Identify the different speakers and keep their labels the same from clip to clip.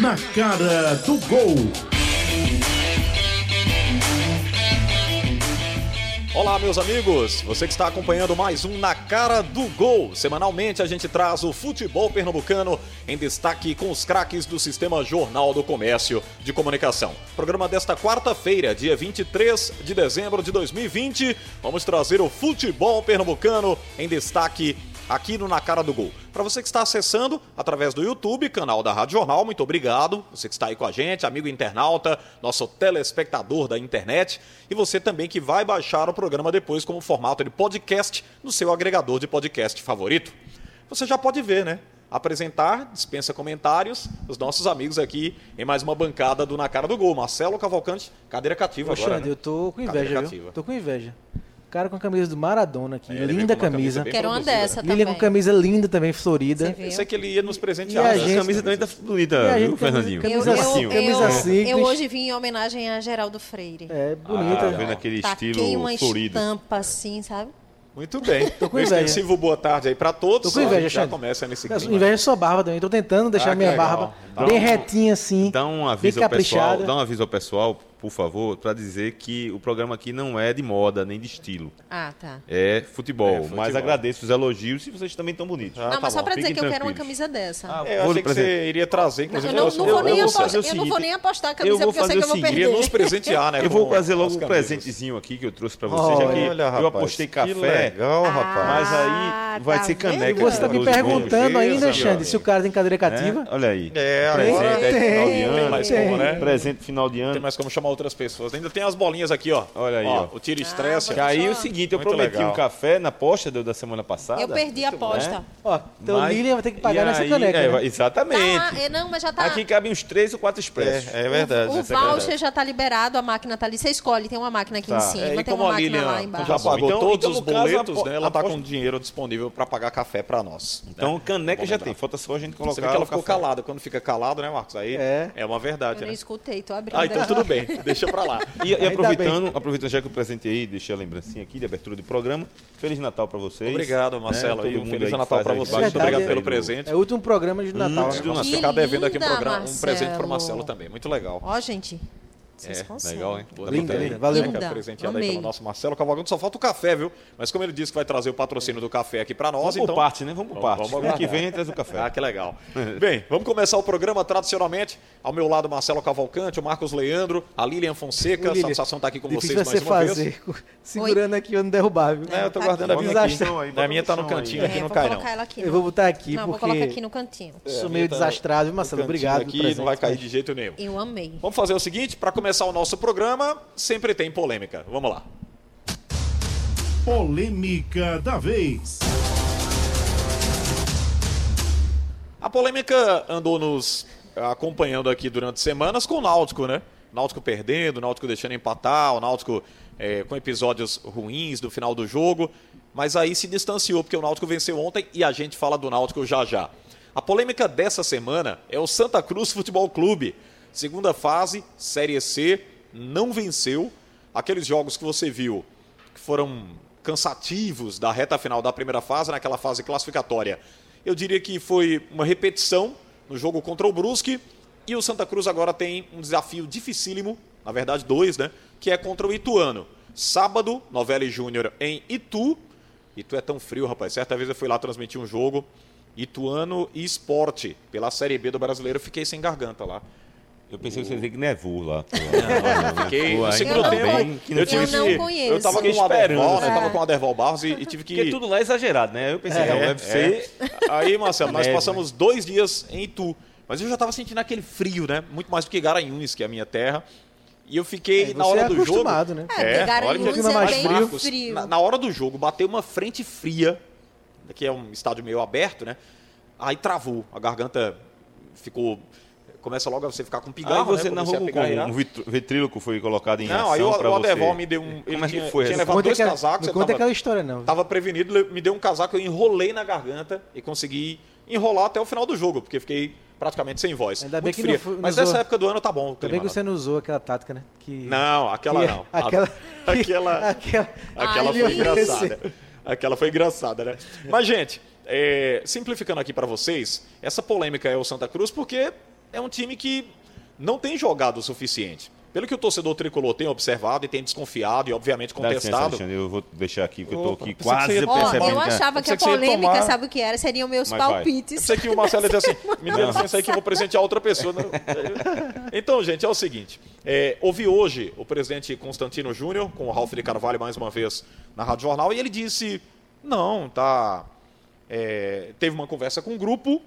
Speaker 1: na cara do gol.
Speaker 2: Olá, meus amigos! Você que está acompanhando mais um Na Cara do Gol. Semanalmente a gente traz o futebol pernambucano em destaque com os craques do Sistema Jornal do Comércio de Comunicação. Programa desta quarta-feira, dia 23 de dezembro de 2020. Vamos trazer o futebol pernambucano em destaque aqui no Na Cara do Gol. Para você que está acessando através do YouTube, canal da Rádio Jornal, muito obrigado. Você que está aí com a gente, amigo internauta, nosso telespectador da internet. E você também que vai baixar o programa depois como formato de podcast no seu agregador de podcast favorito. Você já pode ver, né? Apresentar, dispensa comentários, os nossos amigos aqui em mais uma bancada do Na Cara do Gol. Marcelo Cavalcante, cadeira cativa
Speaker 3: Poxa,
Speaker 2: agora.
Speaker 3: Andy,
Speaker 2: né?
Speaker 3: eu tô com
Speaker 2: Cadeira
Speaker 3: inveja,
Speaker 2: cativa.
Speaker 3: viu? Tô com inveja. Cara com a camisa do Maradona aqui,
Speaker 2: É, ele veio
Speaker 3: linda
Speaker 2: com uma
Speaker 3: camisa.
Speaker 2: bem
Speaker 3: Lilian
Speaker 4: Quero uma
Speaker 2: produzida, né?
Speaker 4: dessa
Speaker 3: com
Speaker 4: também.
Speaker 3: camisa linda também, florida.
Speaker 4: Você viu?
Speaker 2: Eu sei que ele ia nos
Speaker 3: E a
Speaker 2: presentear. né?
Speaker 3: gente-
Speaker 5: A camisa também tá bonita,
Speaker 3: E a gente
Speaker 5: viu,
Speaker 3: camisa-
Speaker 5: Fernandinho?
Speaker 3: camisa
Speaker 5: Tá
Speaker 3: assim,
Speaker 5: facinho.
Speaker 4: eu,
Speaker 3: camisa
Speaker 4: eu,
Speaker 3: simples.
Speaker 4: eu hoje vim em homenagem a Geraldo Freire.
Speaker 3: É,
Speaker 5: Ah,
Speaker 2: tá
Speaker 3: bonita.
Speaker 5: vem naquele
Speaker 4: Taquei
Speaker 5: estilo
Speaker 4: uma
Speaker 5: florido.
Speaker 4: estampa assim, sabe?
Speaker 2: Muito bem.
Speaker 3: com
Speaker 2: Um
Speaker 3: inveja.
Speaker 2: extensivo boa tarde aí pra todos.
Speaker 3: Tô com inveja,
Speaker 2: A gente já
Speaker 3: Xande.
Speaker 2: começa nesse
Speaker 3: Mas
Speaker 2: clima.
Speaker 3: inveja é sua barba também. Tô tentando deixar
Speaker 2: Ah, que
Speaker 3: minha
Speaker 2: legal.
Speaker 3: barba
Speaker 5: Dá
Speaker 3: bem
Speaker 5: um-
Speaker 3: retinha assim.
Speaker 5: Dá um
Speaker 3: bem
Speaker 5: aviso ao pessoal,
Speaker 3: caprichada.
Speaker 5: dá um aviso ao pessoal, por favor, para dizer que o programa aqui não é de moda nem de estilo.
Speaker 4: Ah, tá.
Speaker 5: É futebol.
Speaker 2: É futebol.
Speaker 5: Mas agradeço os elogios e vocês também estão bonitos.
Speaker 2: Ah,
Speaker 4: não,
Speaker 2: tá
Speaker 4: mas só
Speaker 2: bom.
Speaker 4: pra dizer
Speaker 5: Fiquem
Speaker 4: que eu quero uma
Speaker 5: tranquilos.
Speaker 4: camisa dessa.
Speaker 2: É, eu
Speaker 5: Vou
Speaker 2: achei
Speaker 5: lhe
Speaker 2: que você iria trazer, inclusive.
Speaker 4: eu não,
Speaker 2: você-
Speaker 4: não vou
Speaker 5: eu
Speaker 4: nem
Speaker 5: vou
Speaker 4: apostar,
Speaker 5: fazer o
Speaker 4: eu não vou
Speaker 5: seguinte,
Speaker 4: nem apostar a
Speaker 5: eu
Speaker 4: camisa
Speaker 5: vou
Speaker 4: porque eu sei
Speaker 5: fazer
Speaker 4: que
Speaker 5: o
Speaker 4: eu vou
Speaker 5: seguinte,
Speaker 4: perder.
Speaker 2: Iria nos presentear,
Speaker 4: Ah,
Speaker 2: né?
Speaker 5: Eu vou
Speaker 2: com
Speaker 5: fazer logo
Speaker 2: as
Speaker 5: um
Speaker 2: camisas.
Speaker 5: presentezinho aqui que eu trouxe para vocês, já que
Speaker 3: Olha,
Speaker 5: eu apostei café.
Speaker 1: legal,
Speaker 4: Ah,
Speaker 1: rapaz.
Speaker 5: Mas aí vai
Speaker 4: tá
Speaker 5: ser
Speaker 4: vendo?
Speaker 5: caneca.
Speaker 4: E
Speaker 3: Você tá
Speaker 5: de
Speaker 3: me
Speaker 5: Carlos
Speaker 3: perguntando
Speaker 5: Gomes.
Speaker 3: ainda,
Speaker 5: Beleza,
Speaker 3: Xande, se o cara tem cadeira cativa?
Speaker 5: né? Olha aí.
Speaker 1: É, agora.
Speaker 5: Presente
Speaker 3: Tem,
Speaker 5: de final
Speaker 3: tem,
Speaker 5: de ano.
Speaker 2: mais como, né?
Speaker 5: Presente final de
Speaker 2: Tem
Speaker 5: ano.
Speaker 2: mais como chamar outras pessoas. Ainda tem as bolinhas aqui, ó.
Speaker 5: Olha aí, ó.
Speaker 2: O tiro estresse.
Speaker 4: Ah,
Speaker 5: Que aí é o seguinte, eu
Speaker 2: Muito
Speaker 5: prometi
Speaker 2: legal.
Speaker 5: um café na aposta do- da semana passada.
Speaker 4: Eu perdi a aposta.
Speaker 5: né?
Speaker 3: Ó, então o
Speaker 5: Mas-
Speaker 3: Lilian vai ter que
Speaker 5: e
Speaker 3: pagar nessa
Speaker 5: aí-
Speaker 3: caneca.
Speaker 5: é,
Speaker 3: né?
Speaker 5: vai- Exatamente.
Speaker 4: Tá, é, não, mas já tá.
Speaker 5: Aqui cabem uns três ou quatro expressos.
Speaker 1: É, é verdade.
Speaker 4: o
Speaker 1: essa
Speaker 4: voucher já tá liberado, a máquina tá ali. Você escolhe, tem uma máquina aqui
Speaker 5: Tá.
Speaker 4: em cima,
Speaker 2: É, e
Speaker 4: tem
Speaker 2: como
Speaker 4: uma
Speaker 2: a
Speaker 4: máquina
Speaker 2: Lilian
Speaker 4: lá embaixo.
Speaker 2: já
Speaker 5: Então-
Speaker 2: pagou
Speaker 5: então,
Speaker 2: todos
Speaker 5: no
Speaker 2: os
Speaker 5: caso,
Speaker 2: boletos,
Speaker 5: apo-
Speaker 2: né? Ela tá
Speaker 5: aposto-
Speaker 2: com dinheiro disponível pra pagar café pra nós.
Speaker 5: Então, caneca
Speaker 2: Vamos
Speaker 5: já
Speaker 2: lembrar.
Speaker 5: tem. Falta só a gente
Speaker 2: Tá. Você
Speaker 5: colocar
Speaker 2: vê que ela
Speaker 5: o
Speaker 2: ficou
Speaker 5: café.
Speaker 2: calada. Quando fica calado, né, Marcos? Aí
Speaker 3: É.
Speaker 2: é uma verdade,
Speaker 4: Eu não
Speaker 2: né?
Speaker 4: escutei, tô abrindo.
Speaker 2: Ah, então
Speaker 4: aqui.
Speaker 2: tudo bem. Deixa pra lá.
Speaker 5: E, e
Speaker 3: Ainda
Speaker 5: aproveitando, aproveitando já que eu presentei, deixei a lembrancinha aqui de abertura do programa. Feliz Natal pra vocês.
Speaker 2: Obrigado, Marcelo.
Speaker 5: Né?
Speaker 2: E
Speaker 5: Todo
Speaker 2: um
Speaker 5: mundo
Speaker 2: feliz
Speaker 5: aí que
Speaker 2: Natal
Speaker 5: faz
Speaker 2: pra
Speaker 5: aí
Speaker 2: vocês.
Speaker 5: debaixo
Speaker 2: Muito
Speaker 5: do
Speaker 2: obrigado
Speaker 3: Verdade.
Speaker 2: pelo
Speaker 5: do-
Speaker 2: presente.
Speaker 3: É o último programa de Natal.
Speaker 5: Antes
Speaker 3: né?
Speaker 5: do
Speaker 2: Vamos
Speaker 4: Que
Speaker 2: ficar devendo aqui um,
Speaker 4: linda,
Speaker 2: programa, um presente pro
Speaker 4: Marcelo.
Speaker 2: Marcelo também. Muito legal.
Speaker 4: Ó, gente. Vocês
Speaker 5: É,
Speaker 4: conseguem.
Speaker 5: legal, hein?
Speaker 2: Boa
Speaker 3: Linda,
Speaker 2: noite.
Speaker 3: linda. Valeu.
Speaker 2: Fica
Speaker 4: Linda.
Speaker 2: Presenteada aí
Speaker 4: Amei.
Speaker 2: pelo nosso Marcelo Cavalcante. Só falta o café, viu? Mas como ele disse que vai trazer o patrocínio do café aqui pra nós,
Speaker 5: Vamos por
Speaker 2: então...
Speaker 5: parte, né? Vamos por parte.
Speaker 2: Vamos
Speaker 5: Ano que
Speaker 2: aguardar.
Speaker 5: vem traz o café.
Speaker 2: Ah, que legal.
Speaker 3: É.
Speaker 2: Bem, vamos começar o programa tradicionalmente. Ao meu lado, Marcelo Cavalcante, o Marcos Leandro, a Lilian Fonseca.
Speaker 3: Ô, Lilian,
Speaker 2: Satisfação estar aqui com
Speaker 3: difícil
Speaker 2: vocês
Speaker 3: vai
Speaker 2: mais
Speaker 3: ser
Speaker 2: uma vez.
Speaker 3: fazer, segurando aqui eu não derrubar, viu?
Speaker 2: É, eu tô
Speaker 4: Tá
Speaker 2: guardando a
Speaker 3: aqui.
Speaker 2: minha aqui.
Speaker 5: Desastre.
Speaker 2: A minha tá no
Speaker 5: Bota no
Speaker 2: cantinho
Speaker 4: É,
Speaker 2: aqui, não
Speaker 4: vou
Speaker 2: cai não.
Speaker 4: colocar ela aqui.
Speaker 3: Eu
Speaker 4: não.
Speaker 3: vou botar aqui
Speaker 4: Não,
Speaker 3: porque
Speaker 4: vou colocar aqui no cantinho.
Speaker 2: É, a
Speaker 3: sou
Speaker 2: minha
Speaker 3: meio
Speaker 2: tá
Speaker 3: desastrado, viu, Marcelo?
Speaker 2: no cantinho
Speaker 3: Obrigado pelo
Speaker 2: Aqui, não vai
Speaker 3: presente,
Speaker 2: cair
Speaker 3: mas-
Speaker 2: de jeito nenhum.
Speaker 4: Eu amei.
Speaker 2: Vamos fazer o seguinte, para começar o nosso programa, sempre tem polêmica. Vamos lá.
Speaker 1: Polêmica da vez.
Speaker 2: A polêmica andou nos eh, acompanhando aqui durante semanas com o Náutico, né? Náutico perdendo, o Náutico deixando empatar, o Náutico eh, com episódios ruins do final do jogo, mas aí se distanciou porque o Náutico venceu ontem e a gente fala do Náutico já já. A polêmica dessa semana é o Santa Cruz Futebol Clube. Segunda fase, Série C, não venceu. Aqueles jogos que você viu que foram cansativos da reta final da primeira fase, naquela fase classificatória. Eu diria que foi uma repetição no jogo contra o Brusque e o Santa Cruz agora tem um desafio dificílimo, na verdade dois, né, que é contra o Ituano. Sábado, Novelli Júnior em Itu. Itu é tão frio, rapaz. Certa vez eu fui lá transmitir um jogo Ituano e Esporte pela Série B do Brasileiro, eu fiquei sem garganta lá.
Speaker 5: Eu pensei que você ia dizer que nevou lá.
Speaker 2: Fiquei no
Speaker 4: Eu
Speaker 2: segundo
Speaker 4: não
Speaker 2: tempo.
Speaker 4: con- eu não conheço.
Speaker 2: Eu tava com o
Speaker 5: Fiquei
Speaker 2: Aderval,
Speaker 5: esperando,
Speaker 2: né?
Speaker 4: né?
Speaker 2: Tava com o Aderval Barros e, e tive que.
Speaker 5: Porque tudo lá é exagerado, né? Eu pensei,
Speaker 2: É,
Speaker 5: não, deve ser
Speaker 2: Aí, Marcelo, nós
Speaker 5: Neve,
Speaker 2: passamos dois dias em Itu. Mas eu já tava sentindo aquele frio, né? Muito mais do que Garanhuns, que é a minha terra. E eu fiquei
Speaker 3: É,
Speaker 2: na
Speaker 3: você
Speaker 2: hora
Speaker 3: é
Speaker 2: do jogo.
Speaker 3: acostumado, né?
Speaker 4: É, tem Garanhuns,
Speaker 2: olha que-
Speaker 3: é
Speaker 2: mas
Speaker 3: bem
Speaker 2: Marcos,
Speaker 4: frio.
Speaker 2: Na, na hora do jogo, bateu uma frente fria, que é um estádio meio aberto, né? Aí travou, a garganta ficou... Começa logo a você ficar com pigarro,
Speaker 5: Aí você
Speaker 2: né?
Speaker 5: narrou
Speaker 2: Comecei a
Speaker 5: com
Speaker 2: pigarrear.
Speaker 5: um vitr- ventríloco foi colocado em
Speaker 2: Não,
Speaker 5: ação
Speaker 2: aí o,
Speaker 5: pra
Speaker 2: o
Speaker 5: você.
Speaker 2: Aderval me deu um... Ele
Speaker 5: Como é que
Speaker 2: tinha,
Speaker 5: foi
Speaker 2: tinha
Speaker 3: Não
Speaker 5: essa?
Speaker 2: levado
Speaker 3: conta
Speaker 2: dois
Speaker 3: aquela-
Speaker 2: casacos.
Speaker 3: Não
Speaker 2: ele
Speaker 3: conta
Speaker 2: tava-
Speaker 3: aquela história, não.
Speaker 2: Tava prevenido, ele me deu um casaco, eu enrolei na garganta e consegui enrolar até o final do jogo, porque fiquei praticamente sem voz.
Speaker 3: Ainda bem
Speaker 2: Muito
Speaker 3: que
Speaker 2: fria.
Speaker 3: não foi- não
Speaker 2: Mas
Speaker 3: zoou.
Speaker 2: nessa época do ano tá bom. o
Speaker 3: Também que
Speaker 2: clima,
Speaker 3: você não usou aquela tática, né? Que...
Speaker 2: Não, Não, aquela
Speaker 3: que-
Speaker 2: não. A-
Speaker 3: Aquela...
Speaker 2: Aquela...
Speaker 3: aquela...
Speaker 2: Aquela
Speaker 4: Ai,
Speaker 2: foi
Speaker 4: meu
Speaker 2: engraçada. Aquela foi engraçada, né? Mas, gente, é, simplificando aqui pra vocês, essa polêmica é o Santa Cruz porque é um time que não tem jogado o suficiente. Pelo que o torcedor tricolor tem observado e tem desconfiado e, obviamente,
Speaker 5: Dá licença,
Speaker 2: um contestado.
Speaker 5: Alexandre, eu vou deixar aqui, que eu tô
Speaker 2: Opa, pensei
Speaker 5: aqui
Speaker 2: que
Speaker 5: quase
Speaker 2: você ia-
Speaker 4: Ó,
Speaker 5: percebendo.
Speaker 4: eu
Speaker 5: né?
Speaker 4: achava
Speaker 2: Eu
Speaker 4: que
Speaker 2: pensei
Speaker 4: a
Speaker 2: que você ia
Speaker 4: polêmica,
Speaker 2: tomar.
Speaker 4: sabe o que era? Seriam meus
Speaker 5: Mas vai.
Speaker 2: Eu
Speaker 4: palpites.
Speaker 2: sei que o Marcelo disse assim, me dê
Speaker 5: Não.
Speaker 2: licença aí que eu vou presentear outra pessoa. né? Então, gente, é o seguinte. é, ouvi hoje o presidente Constantino Júnior com o Ralf de Carvalho mais uma vez na Rádio Jornal e ele disse, não, tá... é, teve uma conversa com o grupo,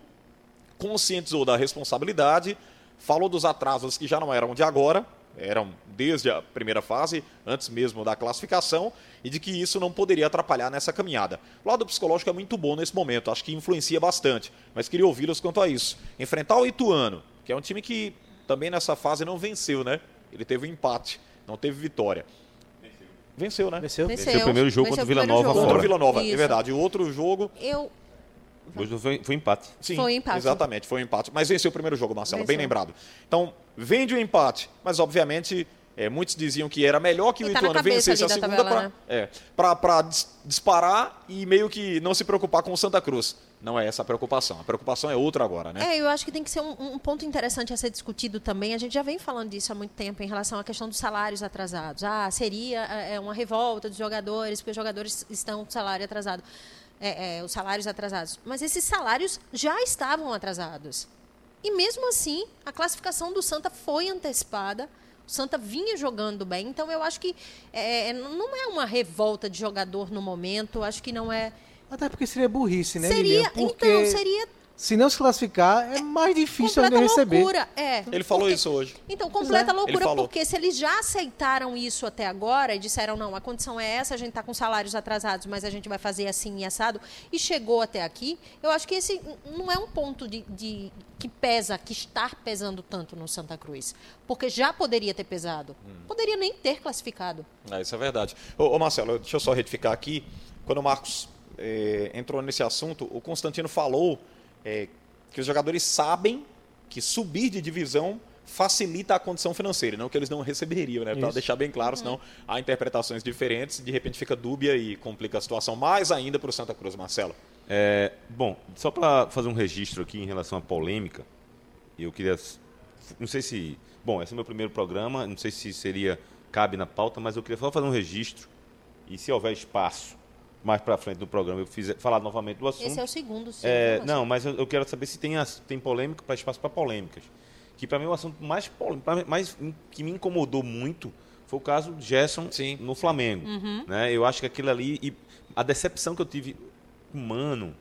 Speaker 2: conscientizou da responsabilidade, falou dos atrasos que já não eram de agora, eram desde a primeira fase, antes mesmo da classificação, e de que isso não poderia atrapalhar nessa caminhada. O lado psicológico é muito bom nesse momento, acho que influencia bastante, mas queria ouvi-los quanto a isso. Enfrentar o Ituano, que é um time que também nessa fase não venceu, né? Ele teve um empate, não teve vitória. Venceu, né?
Speaker 3: Venceu?
Speaker 5: Venceu é o primeiro jogo
Speaker 4: venceu primeiro
Speaker 5: contra o Vila Nova
Speaker 2: Contra o
Speaker 5: fora.
Speaker 2: Vila Nova, é
Speaker 4: Isso.
Speaker 2: verdade. O outro jogo
Speaker 4: Eu,
Speaker 5: Hoje foi, foi empate.
Speaker 2: Sim,
Speaker 4: Foi um empate.
Speaker 2: Exatamente, foi um empate. Mas venceu o primeiro jogo, Marcelo, bem
Speaker 4: Venceu.
Speaker 2: lembrado. Então, vende o empate, mas obviamente é, muitos diziam que era melhor que o
Speaker 4: E tá na
Speaker 2: Ituano
Speaker 4: cabeça
Speaker 2: vencesse a
Speaker 4: ali da
Speaker 2: segunda é,
Speaker 4: tabela,
Speaker 2: para
Speaker 4: né?
Speaker 2: disparar e meio que não se preocupar com o Santa Cruz. Não é essa a preocupação. A preocupação é outra agora, né?
Speaker 4: É, eu acho que tem que ser um, um ponto interessante a ser discutido também. A gente já vem falando disso há muito tempo em relação à questão dos salários atrasados. Ah, seria é, é, uma revolta dos jogadores, porque os jogadores estão com salário atrasado. É, é, os salários atrasados. Mas esses salários já estavam atrasados. E mesmo assim, a classificação do Santa foi antecipada. O Santa vinha jogando bem, então eu acho que é, é, não é uma revolta de jogador no momento, acho que não é.
Speaker 3: Até porque seria burrice, né,
Speaker 4: seria,
Speaker 3: Lilian? Porque
Speaker 4: então, seria
Speaker 3: se não se classificar, é mais difícil ainda
Speaker 4: completa
Speaker 3: receber.
Speaker 4: loucura. É.
Speaker 2: Ele falou
Speaker 4: Porque-
Speaker 2: isso hoje.
Speaker 4: Então, completa
Speaker 2: Ele
Speaker 3: Pois
Speaker 4: loucura,
Speaker 2: falou.
Speaker 4: porque se eles já aceitaram isso até agora e disseram, não, a condição é essa, a gente está com salários atrasados, mas a gente vai fazer assim e assado, e chegou até aqui, eu acho que esse não é um ponto de, de- que pesa, que está pesando tanto no Santa Cruz. Porque já poderia ter pesado. Poderia nem ter classificado.
Speaker 2: É, isso é verdade. Ô, ô, Marcelo, deixa eu só retificar aqui. Quando o Marcos eh, entrou nesse assunto, o Constantino falou eh, que os jogadores sabem que subir de divisão facilita a condição financeira, não que eles não receberiam, né? Para
Speaker 3: Isso.
Speaker 2: deixar bem claro, senão há interpretações diferentes, de repente fica dúbia e complica a situação mais ainda para o Santa Cruz, Marcelo.
Speaker 5: É, bom, só para fazer um registro aqui em relação à polêmica, eu queria. Não sei se. Bom, esse é o meu primeiro programa, não sei se seria. cabe na pauta, mas eu queria só fazer um registro. E se houver espaço mais para frente no programa, eu fizer, falar novamente do assunto.
Speaker 4: Esse é o segundo, sim.
Speaker 5: É,
Speaker 4: né,
Speaker 5: não, mas eu, eu quero saber se tem, as- tem polêmica para espaço para polêmicas. Que para mim é o assunto mais polêmico, pra mim- mais in- que me incomodou muito foi o caso do Gerson
Speaker 2: Sim,
Speaker 5: no Flamengo.
Speaker 4: Uhum.
Speaker 5: Né? Eu acho que aquilo ali e a decepção que eu tive com o Mano,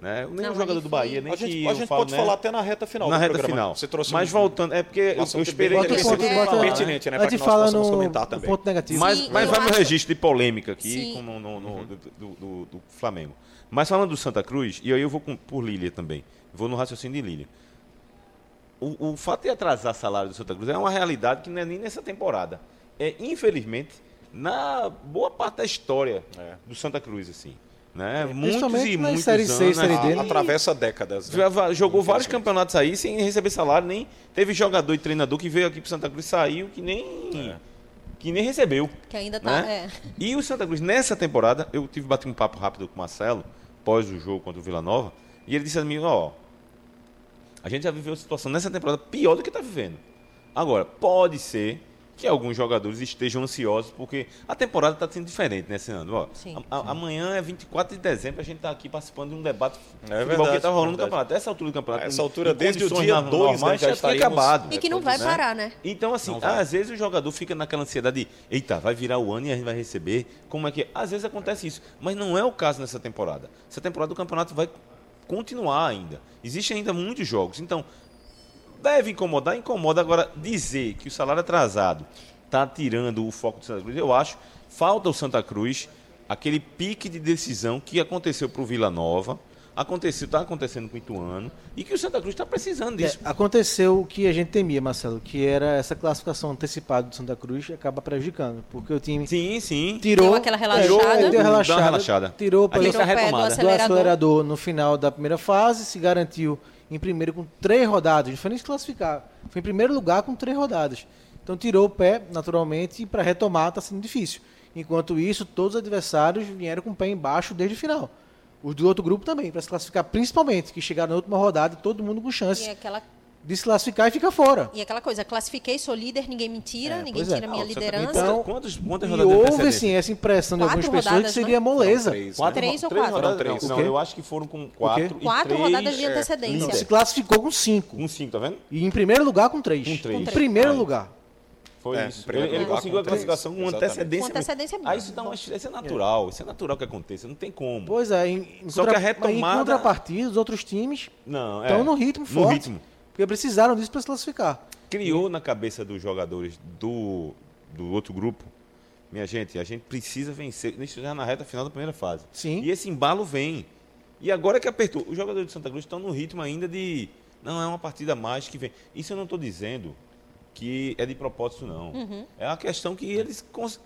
Speaker 5: né? Nenhum
Speaker 4: Não,
Speaker 5: jogador
Speaker 4: ali
Speaker 5: do
Speaker 4: foi-
Speaker 5: Bahia, nem
Speaker 2: a gente,
Speaker 5: que
Speaker 2: a
Speaker 5: eu
Speaker 2: gente
Speaker 5: falo,
Speaker 2: pode
Speaker 5: né?
Speaker 2: falar até na reta final
Speaker 5: na
Speaker 2: do
Speaker 5: reta
Speaker 2: programa.
Speaker 5: final.
Speaker 2: Você trouxe
Speaker 5: mas
Speaker 2: um-
Speaker 5: voltando, é porque eu, eu
Speaker 2: assunto
Speaker 5: esperei
Speaker 2: bem
Speaker 3: Bota
Speaker 5: que
Speaker 3: o
Speaker 2: interessante,
Speaker 3: ponto,
Speaker 5: ele
Speaker 4: bota lá,
Speaker 2: pertinente, né?
Speaker 3: né?
Speaker 2: Pra
Speaker 3: A gente
Speaker 2: que nós
Speaker 3: fala
Speaker 2: possamos
Speaker 3: no
Speaker 2: comentar
Speaker 3: no
Speaker 2: também.
Speaker 3: ponto negativo.
Speaker 5: Mas,
Speaker 4: Sim,
Speaker 5: mas
Speaker 4: eu
Speaker 5: vai no
Speaker 4: acho-
Speaker 5: registro de polêmica aqui
Speaker 4: Sim.
Speaker 5: como no, no- do, do- do- do Flamengo. Mas falando do Santa Cruz, e aí eu vou com- por Lília também. Vou no raciocínio de Lília. O, o fato de atrasar salário do Santa Cruz é uma realidade que não é nem nessa temporada. É, infelizmente, na boa parte da história
Speaker 2: É.
Speaker 5: do Santa Cruz, assim. Né? Muitos
Speaker 3: É, principalmente
Speaker 5: e
Speaker 3: nas
Speaker 5: muitos
Speaker 3: Série
Speaker 5: anos. né?
Speaker 3: C, Série D, né? É.
Speaker 2: A- Atravessa décadas. Né?
Speaker 5: Já va- Jogou vários
Speaker 2: Infelizmente.
Speaker 5: campeonatos aí sem receber salário, nem teve jogador e treinador que veio aqui pro Santa Cruz saiu que
Speaker 3: É.
Speaker 5: nem que nem recebeu.
Speaker 4: Que ainda tá.
Speaker 5: né?
Speaker 4: é.
Speaker 5: E o Santa Cruz nessa temporada, eu tive bati um papo rápido com o Marcelo pós o jogo contra o Vila Nova, e ele disse a mim, ó, a gente já viveu uma situação nessa temporada pior do que está vivendo. Agora, pode ser que alguns jogadores estejam ansiosos, porque a temporada está sendo diferente nesse ano. Ó,
Speaker 4: Sim,
Speaker 5: a- a- Amanhã é 24 de dezembro, a gente está aqui participando de um debate
Speaker 2: É
Speaker 5: futebol que
Speaker 2: verdade,
Speaker 5: estava rolando no
Speaker 2: verdade.
Speaker 5: campeonato. Essa altura do campeonato,
Speaker 2: Essa
Speaker 5: em-
Speaker 2: altura,
Speaker 5: em
Speaker 2: desde o
Speaker 5: condições
Speaker 2: dia
Speaker 5: na-
Speaker 2: 2, né,
Speaker 5: normais,
Speaker 2: já
Speaker 5: já tinha
Speaker 2: estaríamos- É,
Speaker 5: acabado.
Speaker 4: E que não vai
Speaker 5: Né?
Speaker 4: parar, né?
Speaker 5: Então, assim,
Speaker 2: Não vai.
Speaker 5: às vezes o jogador fica naquela ansiedade, eita, vai virar o ano e a gente vai receber. Como é que é? Às vezes acontece isso, mas não é o caso nessa temporada. Essa temporada o campeonato vai continuar ainda. Existem ainda muitos jogos. Então, deve incomodar, incomoda. Agora, dizer que o salário atrasado está tirando o foco do Santa Cruz, eu acho, falta o Santa Cruz aquele pique de decisão que aconteceu para o Vila Nova, aconteceu, está acontecendo com o Ituano, e que o Santa Cruz está precisando
Speaker 3: É,
Speaker 5: disso.
Speaker 3: aconteceu o que a gente temia, Marcelo, que era essa classificação antecipada do Santa Cruz acaba prejudicando, porque o time
Speaker 5: Sim, sim.
Speaker 3: tirou é,
Speaker 4: Deu aquela
Speaker 3: tirou,
Speaker 4: relaxada.
Speaker 3: deu
Speaker 5: Dá uma
Speaker 3: relaxada,
Speaker 5: relaxada.
Speaker 3: tirou
Speaker 5: A gente
Speaker 3: pelo
Speaker 5: tá
Speaker 4: Tirou o pé do
Speaker 5: retomada.
Speaker 3: do
Speaker 4: acelerador.
Speaker 3: um acelerador no final da primeira fase, se garantiu em primeiro com três rodadas, não foi nem se classificar, foi em primeiro lugar com três rodadas. Então tirou o pé, naturalmente, e para retomar está sendo difícil. Enquanto isso, todos os adversários vieram com o pé embaixo desde o final. Os do outro grupo também, para se classificar principalmente, que chegaram na última rodada, todo mundo com chance.
Speaker 4: E é aquela
Speaker 3: desclassificar e fica fora.
Speaker 4: E é aquela coisa, classifiquei, sou líder, ninguém me tira,
Speaker 3: É,
Speaker 4: ninguém
Speaker 3: pois é.
Speaker 4: tira minha
Speaker 5: Ah, o Santa-
Speaker 4: liderança.
Speaker 3: Então,
Speaker 5: quantos,
Speaker 3: E
Speaker 5: quantas rodadas de
Speaker 3: houve,
Speaker 5: antecedência?
Speaker 3: assim, essa impressão de
Speaker 4: Quatro
Speaker 3: algumas pessoas
Speaker 4: rodadas,
Speaker 3: que seria
Speaker 4: né?
Speaker 3: moleza.
Speaker 2: Três, né?
Speaker 5: Quatro,
Speaker 4: Três ou
Speaker 5: três
Speaker 4: quatro?
Speaker 5: rodadas?
Speaker 2: Três.
Speaker 5: Não,
Speaker 3: O quê?
Speaker 5: eu acho que foram com quatro. e
Speaker 4: Quatro
Speaker 5: três-
Speaker 4: rodadas de
Speaker 5: é,
Speaker 4: antecedência.
Speaker 3: E
Speaker 5: Não.
Speaker 3: se classificou com cinco.
Speaker 5: Com cinco, tá vendo?
Speaker 3: E em primeiro lugar com três.
Speaker 5: Com três.
Speaker 3: Em
Speaker 4: Com
Speaker 3: primeiro
Speaker 5: três.
Speaker 3: lugar.
Speaker 5: Foi
Speaker 2: É, em
Speaker 5: isso. Ele,
Speaker 2: primeiro
Speaker 5: ele
Speaker 2: lugar,
Speaker 5: conseguiu a
Speaker 2: com três.
Speaker 5: classificação com
Speaker 2: Exatamente.
Speaker 5: antecedência.
Speaker 4: Com antecedência Então,
Speaker 5: mesmo. Ah, isso dá uma, isso é natural. Isso é natural que aconteça. Não tem como.
Speaker 3: Pois é, em, em
Speaker 5: Só que a
Speaker 3: mas em
Speaker 5: retomada-
Speaker 3: contrapartida, os outros times
Speaker 5: Não,
Speaker 3: estão
Speaker 5: é.
Speaker 3: no ritmo
Speaker 5: No
Speaker 3: forte.
Speaker 5: ritmo.
Speaker 3: Porque precisaram disso para se classificar.
Speaker 5: criou na cabeça dos jogadores do, do outro grupo, minha gente, a gente precisa vencer. Isso já na reta final da primeira fase.
Speaker 3: Sim.
Speaker 5: E esse embalo vem. E agora que apertou, os jogadores do Santa Cruz estão no ritmo ainda de. Não, é uma partida a mais que vem. Isso eu não estou dizendo que é de propósito, não. É uma questão que eles cons-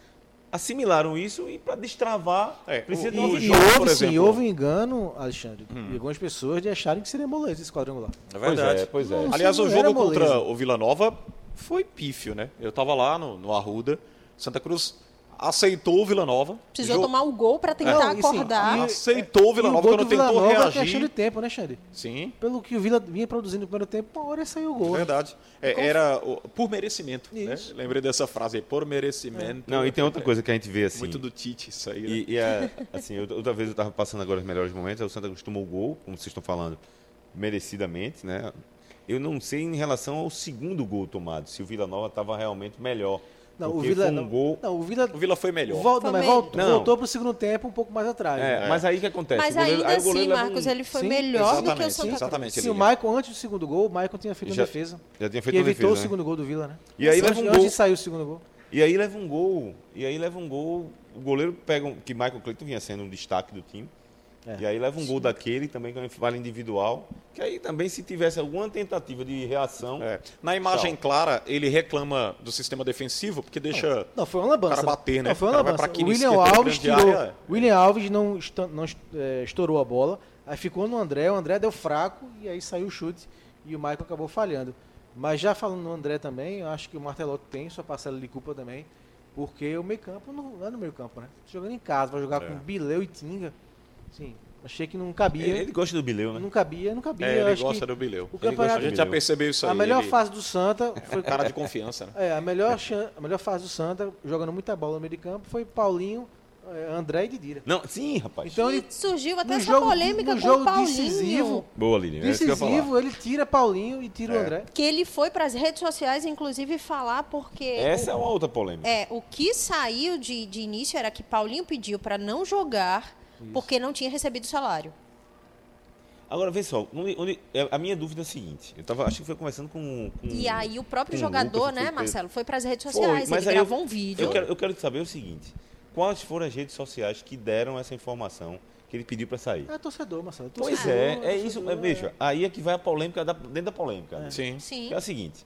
Speaker 5: assimilaram isso e para destravar,
Speaker 2: É,
Speaker 5: precisa
Speaker 3: E,
Speaker 5: de um
Speaker 3: e
Speaker 5: jogo, por
Speaker 3: houve, sim,
Speaker 5: exemplo.
Speaker 3: houve um engano, Alexandre, de algumas pessoas de acharem que seria moleza esse quadrangular.
Speaker 2: É
Speaker 5: Pois
Speaker 2: verdade.
Speaker 5: é, pois é.
Speaker 3: Não,
Speaker 2: Aliás,
Speaker 3: sim,
Speaker 2: o
Speaker 3: não era
Speaker 2: jogo contra
Speaker 3: moleza.
Speaker 2: o Vila Nova foi pífio, né? Eu tava lá no, no Arruda, Santa Cruz aceitou o Vila Nova.
Speaker 4: Precisou
Speaker 2: jo-
Speaker 4: tomar o gol para
Speaker 3: Não,
Speaker 4: tentar
Speaker 3: e sim,
Speaker 4: acordar.
Speaker 3: e-
Speaker 2: Aceitou o Vila
Speaker 3: E o
Speaker 2: Nova
Speaker 3: gol
Speaker 2: quando
Speaker 3: do Vila
Speaker 2: tentou
Speaker 3: Nova é questão de
Speaker 2: reagir.
Speaker 3: tempo, né, Xande?
Speaker 2: Sim,
Speaker 3: Pelo que o Vila vinha produzindo no primeiro tempo, uma hora ia sair o gol.
Speaker 2: verdade. É, era o- por merecimento, né?
Speaker 3: Isso.
Speaker 2: Lembrei dessa frase aí, por merecimento.
Speaker 5: Não, e tem outra coisa que a gente vê assim.
Speaker 2: Muito do Tite isso aí, né?
Speaker 5: E, e a- assim, outra outra vez eu tava passando agora os melhores momentos, aí o Santa Cruz tomou o gol, como vocês estão falando, merecidamente, né? Eu não sei em relação ao segundo gol tomado, se o Vila Nova estava realmente melhor.
Speaker 3: Não, o
Speaker 5: porque
Speaker 3: Vila,
Speaker 5: foi um
Speaker 3: não,
Speaker 5: gol.
Speaker 3: não, o Vila
Speaker 2: O Vila foi melhor.
Speaker 3: volta,
Speaker 4: Foi
Speaker 3: mas
Speaker 4: melhor.
Speaker 3: voltou,
Speaker 5: Não.
Speaker 3: voltou pro segundo tempo um pouco mais atrás.
Speaker 5: É,
Speaker 3: né?
Speaker 5: Mas aí que acontece?
Speaker 4: Mas
Speaker 5: o goleiro-
Speaker 4: ainda
Speaker 5: aí o goleiro
Speaker 4: assim,
Speaker 5: leva um-
Speaker 4: Marcos, ele foi
Speaker 3: Sim,
Speaker 4: melhor do que o
Speaker 2: exatamente,
Speaker 4: Santa Cruz.
Speaker 2: exatamente.
Speaker 3: Se o Maicon, antes do segundo gol, o Maicon tinha feito
Speaker 5: Já-
Speaker 3: uma defesa.
Speaker 5: já tinha feito
Speaker 3: que
Speaker 5: uma
Speaker 3: evitou
Speaker 5: defesa,
Speaker 3: o
Speaker 5: né?
Speaker 3: segundo gol do Vila, né?
Speaker 5: E aí
Speaker 3: Antes-
Speaker 5: leva um
Speaker 3: Antes
Speaker 5: gol.
Speaker 3: de sair o segundo gol.
Speaker 5: E aí leva um gol, e aí leva um gol, o goleiro pega um, que Michael Clayton vinha sendo um destaque do time.
Speaker 3: É.
Speaker 5: E aí leva um gol daquele também, que é uma falha individual. Que aí também, se tivesse alguma tentativa de reação,
Speaker 2: É. Na imagem clara, ele reclama do sistema defensivo, porque deixa.
Speaker 3: Não, foi uma lambança.
Speaker 2: O cara bater, né?
Speaker 3: Não, foi
Speaker 2: O
Speaker 3: uma
Speaker 2: cara vai
Speaker 3: lambança.
Speaker 2: pra
Speaker 3: O
Speaker 2: quina
Speaker 3: William
Speaker 2: esquerda,
Speaker 3: Alves
Speaker 2: grande
Speaker 3: tirou.
Speaker 2: área.
Speaker 3: O William Alves não, estan- não est- eh, estourou a bola. Aí ficou no André. O André deu fraco e aí saiu o chute e o Maicon acabou falhando. Mas já falando no André também, eu acho que o Martelotti tem sua parcela de culpa também. Porque o meio campo não não é no meio campo, né? Jogando em casa, vai
Speaker 2: É.
Speaker 3: jogar com Bileu e Tinga. Sim, achei que não cabia.
Speaker 5: ele, ele gosta do Bileu, né?
Speaker 3: Não cabia, não cabia.
Speaker 2: É, ele
Speaker 3: acho
Speaker 2: gosta
Speaker 3: que
Speaker 2: do Bileu.
Speaker 3: O
Speaker 5: gosta
Speaker 3: campeonato,
Speaker 2: A gente já
Speaker 5: Bileu.
Speaker 2: percebeu isso aí.
Speaker 3: a melhor
Speaker 2: ele- é um
Speaker 3: fase do Santa foi
Speaker 2: Cara de confiança, né?
Speaker 3: É, a melhor, chan- a melhor fase do Santa, jogando muita bola no meio de campo, foi Paulinho, eh, André e Didira.
Speaker 5: Não, sim, rapaz.
Speaker 3: Então ele,
Speaker 4: E surgiu até
Speaker 3: num
Speaker 4: essa
Speaker 3: jogo,
Speaker 4: polêmica
Speaker 3: num
Speaker 4: com o
Speaker 3: jogo
Speaker 4: Paulinho.
Speaker 3: decisivo,
Speaker 5: Boa, Lilian. é isso que eu ia falar. É.
Speaker 3: decisivo, ele tira Paulinho e tira o André.
Speaker 4: Que ele foi para as redes sociais, inclusive, falar porque.
Speaker 5: Essa é
Speaker 4: o,
Speaker 5: uma outra polêmica.
Speaker 4: é, o que saiu de, de início era que Paulinho pediu para não jogar porque não tinha recebido salário.
Speaker 5: Agora, vê só, onde- onde- é, a minha dúvida é a seguinte. Eu tava, acho que foi conversando com... com-
Speaker 4: E aí o próprio
Speaker 5: com
Speaker 4: jogador,
Speaker 5: Lucas,
Speaker 4: né,
Speaker 5: Hum. foi-
Speaker 4: Marcelo, foi para as redes
Speaker 5: foi,
Speaker 4: sociais,
Speaker 5: mas
Speaker 4: ele
Speaker 5: aí
Speaker 4: gravou
Speaker 5: eu,
Speaker 4: um vídeo.
Speaker 5: Eu quero, eu quero saber o seguinte. Quais foram as redes sociais que deram essa informação que ele pediu para sair?
Speaker 4: Ah,
Speaker 3: É torcedor, Marcelo. é
Speaker 5: Pois
Speaker 3: torcedor,
Speaker 5: é, é
Speaker 3: torcedor,
Speaker 5: isso. É, veja, aí é que vai a polêmica da- dentro da polêmica. né?
Speaker 2: Sim.
Speaker 4: Sim.
Speaker 5: Que é o seguinte,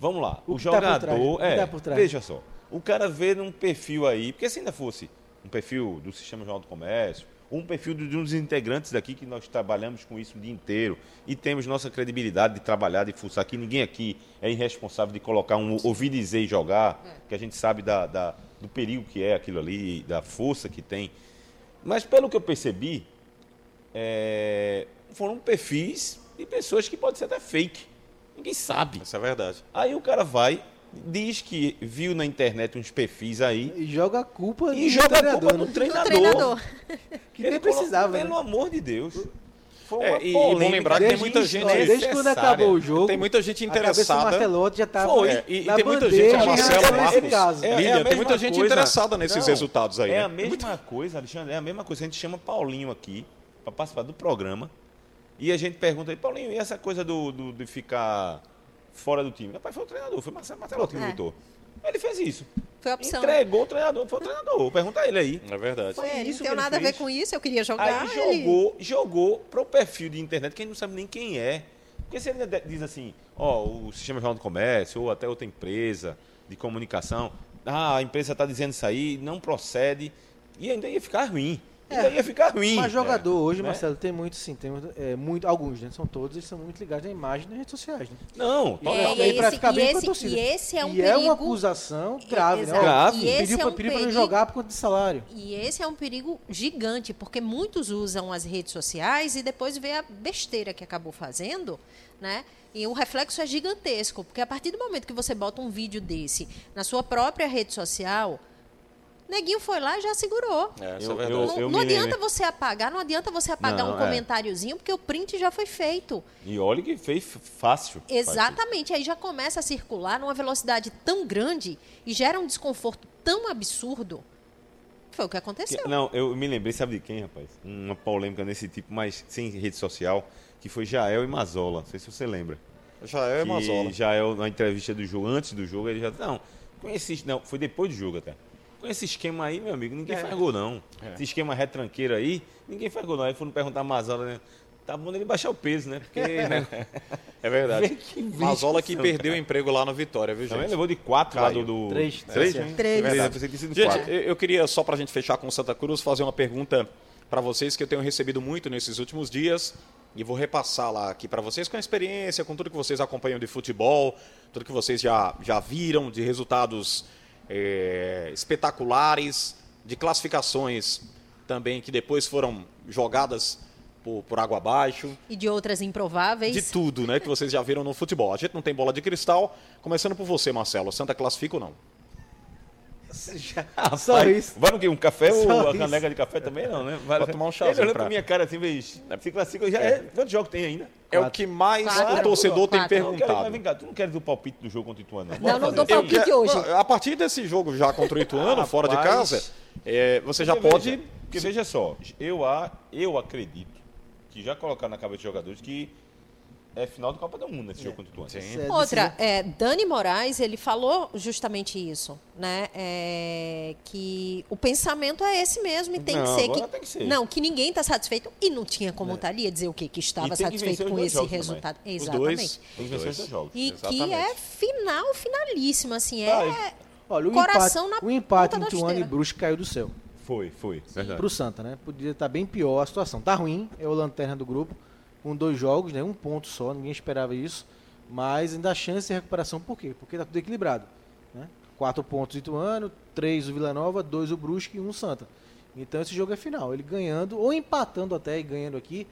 Speaker 5: vamos lá.
Speaker 3: O
Speaker 5: O,
Speaker 3: que tá por
Speaker 5: jogador.
Speaker 3: trás, o que
Speaker 5: é,
Speaker 3: tá por trás.
Speaker 5: Veja só. O cara vê num perfil aí, porque se ainda fosse um perfil do Sistema Jornal do Comércio, ou um perfil de um dos integrantes daqui que nós trabalhamos com isso o dia inteiro e temos nossa credibilidade de trabalhar, de fuçar, que ninguém aqui é irresponsável de colocar um ouvir dizer e jogar, que a gente sabe da- da- do perigo que é aquilo ali, da força que tem. Mas pelo que eu percebi, é, foram perfis de pessoas que pode ser até fake. Ninguém sabe.
Speaker 2: Isso é verdade.
Speaker 5: Aí o cara vai, diz que viu na internet uns perfis aí
Speaker 3: E joga a culpa
Speaker 5: e
Speaker 3: do
Speaker 5: joga a
Speaker 3: treinador,
Speaker 5: culpa no
Speaker 3: né?
Speaker 5: treinador.
Speaker 4: treinador.
Speaker 3: que nem
Speaker 5: Ele colocou-
Speaker 3: precisava, né?
Speaker 5: Pelo amor de Deus. Foi uma
Speaker 2: É, e- e bom
Speaker 5: polêmica
Speaker 2: lembrar que tem muita gente-
Speaker 3: olha, desde quando
Speaker 5: desnecessária.
Speaker 3: acabou o jogo,
Speaker 2: Tem muita gente
Speaker 3: A cabeça do
Speaker 2: interessada. É,
Speaker 3: Martelotti já estava
Speaker 5: Foi,
Speaker 2: e- e
Speaker 3: na
Speaker 2: tem muita
Speaker 3: bandeja
Speaker 2: gente,
Speaker 3: em relação
Speaker 2: Marcelo,
Speaker 3: a esse
Speaker 2: Marcos,
Speaker 3: caso.
Speaker 5: É, é a
Speaker 2: Lilian, tem
Speaker 5: mesma
Speaker 2: muita gente
Speaker 5: coisa.
Speaker 2: interessada nesses
Speaker 5: Não,
Speaker 2: resultados aí,
Speaker 5: É
Speaker 2: né?
Speaker 5: a mesma coisa, Alexandre, é a mesma coisa. A gente chama Paulinho aqui para participar do programa e a gente pergunta aí, Paulinho, e essa coisa do, do- de ficar fora do time? Rapaz, foi o treinador, foi o Marcelo Martelotti que
Speaker 4: É.
Speaker 5: inventou. Ele fez isso.
Speaker 4: Foi a opção. né?
Speaker 5: Entregou o treinador, foi o treinador. Pergunta a ele aí.
Speaker 2: É verdade.
Speaker 4: Foi,
Speaker 5: Foi
Speaker 4: ele não
Speaker 5: isso que
Speaker 4: tem
Speaker 5: ele
Speaker 4: nada a ver
Speaker 5: fez.
Speaker 4: com isso, eu queria jogar.
Speaker 5: Aí
Speaker 4: ele-
Speaker 5: jogou, jogou para o perfil de internet, que a gente não sabe nem quem é. Porque se ele de- diz assim, ó, o Sistema Jornal do Comércio, ou até outra empresa de tá comunicação, ah, a empresa está dizendo isso aí, não procede, e ainda ia ficar ruim. E daí ia ficar ruim.
Speaker 3: É. Mas jogador hoje,
Speaker 5: né?
Speaker 3: Marcelo, tem muito sim, tem é, muito, alguns, né? São todos, eles são muito ligados à imagem nas redes sociais, né?
Speaker 5: Não,
Speaker 4: É,
Speaker 5: total.
Speaker 4: e
Speaker 3: aí pra
Speaker 4: esse-
Speaker 3: ficar
Speaker 4: e
Speaker 3: bem com a
Speaker 4: esse-
Speaker 3: torcida.
Speaker 4: e esse é um
Speaker 3: e
Speaker 4: perigo.
Speaker 3: é uma acusação grave, né?
Speaker 4: Exato.
Speaker 5: Grave.
Speaker 4: E esse
Speaker 3: Pediu
Speaker 4: é
Speaker 3: pra,
Speaker 4: um
Speaker 3: pediu pra não
Speaker 4: perigo-
Speaker 3: jogar por conta de salário.
Speaker 4: E esse é um perigo gigante, porque muitos usam as redes sociais e depois vê a besteira que acabou fazendo, né? E o reflexo é gigantesco, porque a partir do momento que você bota um vídeo desse na sua própria rede social, neguinho foi lá e já segurou.
Speaker 2: É,
Speaker 5: Eu- eu-
Speaker 4: Não, não
Speaker 5: me-
Speaker 4: adianta você apagar, não adianta você apagar
Speaker 5: Não,
Speaker 4: um
Speaker 5: é.
Speaker 4: comentáriozinho, porque o print já foi feito.
Speaker 5: E olha que fez fácil.
Speaker 4: Exatamente, aí já começa a circular numa velocidade tão grande e gera um desconforto tão absurdo. Foi o que
Speaker 5: Que-
Speaker 4: aconteceu.
Speaker 5: Não, eu me lembrei, sabe de quem, rapaz? Uma polêmica desse tipo, mas sem rede social, que foi Jael e Mazola. Não sei se você lembra.
Speaker 2: Já é
Speaker 5: que
Speaker 2: Mazola.
Speaker 5: Jael, na entrevista do jogo, antes do jogo, ele já. Não, com esse. Não, foi depois do jogo até. Com esse esquema aí, meu amigo, ninguém faz gol, não. Esse esquema retranqueiro aí, ninguém faz gol, não. Aí foram perguntar a Mazola, né? Tá bom ele baixar o peso, né? Porque. né?
Speaker 2: É verdade. Mazola que
Speaker 5: cara.
Speaker 2: perdeu o emprego lá no Vitória, viu,
Speaker 5: Também
Speaker 2: gente?
Speaker 5: levou de quatro lá do.
Speaker 2: Caiu.
Speaker 5: do-
Speaker 3: Três,
Speaker 5: Três?
Speaker 3: três,
Speaker 5: né?
Speaker 4: Três.
Speaker 5: É verdade, pensei que tinha sido
Speaker 2: Gente,
Speaker 5: quatro.
Speaker 2: eu eu queria, só pra gente fechar com o Santa Cruz, fazer uma pergunta pra vocês que eu tenho recebido muito nesses últimos dias e vou repassar lá aqui pra vocês com a experiência, com tudo que vocês acompanham de futebol, tudo que vocês já, já viram de resultados eh, espetaculares, de classificações também que depois foram jogadas por, por água abaixo.
Speaker 4: E de outras improváveis.
Speaker 2: De tudo, né, que vocês já viram no futebol. A gente não tem bola de cristal. Começando por você, Marcelo. Santa classifica ou não?
Speaker 3: Já-
Speaker 5: Rapaz,
Speaker 3: Só isso.
Speaker 5: Vai no quê? Um café ou
Speaker 3: Só
Speaker 5: a
Speaker 3: isso.
Speaker 5: caneca de café também não, né? Vai
Speaker 2: Pra tomar um
Speaker 5: Ele
Speaker 2: chazinho
Speaker 5: olhando
Speaker 2: pra-
Speaker 5: pra minha cara assim, vez. Se classifica, já é. Quantos jogos tem ainda?
Speaker 2: É o que mais
Speaker 4: Quatro.
Speaker 2: o torcedor tem
Speaker 4: Quatro.
Speaker 5: Não quero, mas
Speaker 2: perguntado.
Speaker 5: vem cá, tu não queres o palpite do jogo contra o Ituano, não?
Speaker 4: Ah, tá Não, não dou
Speaker 5: Bora fazer
Speaker 4: palpite
Speaker 2: Eu quero-
Speaker 4: hoje.
Speaker 2: A partir desse jogo já contra o Ituano, fora de
Speaker 5: Rapaz.
Speaker 2: casa, é, você já
Speaker 5: Porque
Speaker 2: pode.
Speaker 5: Veja, porque veja só, eu, a, eu acredito que já colocaram na cabeça dos jogadores que é final do Copa do Mundo nesse jogo contra o Ituano.
Speaker 3: Isso é
Speaker 4: Outra, é, Dani Moraes, ele falou justamente isso, né? É, que o pensamento é esse mesmo e tem
Speaker 5: Não,
Speaker 4: que ser
Speaker 5: agora
Speaker 4: que,
Speaker 5: tem que ser.
Speaker 4: não que ninguém está satisfeito e não tinha como estar ali ia dizer o quê? que
Speaker 5: E
Speaker 4: estava
Speaker 5: tem que vencer
Speaker 4: satisfeito
Speaker 5: os
Speaker 4: com
Speaker 5: dois
Speaker 4: esse
Speaker 5: jogos
Speaker 4: resultado.
Speaker 2: Os
Speaker 4: Exatamente.
Speaker 2: dois.
Speaker 5: Tem
Speaker 2: os
Speaker 5: que vencer
Speaker 2: dois.
Speaker 5: esses jogos.
Speaker 4: E que
Speaker 2: Exatamente.
Speaker 4: é final, finalíssimo, assim,
Speaker 5: Vai.
Speaker 4: é
Speaker 3: Olha, o
Speaker 4: Coração
Speaker 3: empate,
Speaker 4: na
Speaker 3: o empate
Speaker 4: ponta da
Speaker 3: entre o Ano e
Speaker 4: esteira.
Speaker 3: Bruxo caiu do céu.
Speaker 5: Foi, foi. Verdade.
Speaker 3: pro Santa, né? Podia estar bem pior a situação. Tá ruim, é o lanterna do grupo, com dois jogos, né? Um ponto só, ninguém esperava isso. Mas ainda há chance de recuperação, por quê? Porque tá tudo equilibrado. Né? Quatro pontos o Ituano, três o Vila Nova, dois o Brusque e um o Santa. Então esse jogo é final. Ele ganhando, ou empatando até e ganhando aqui,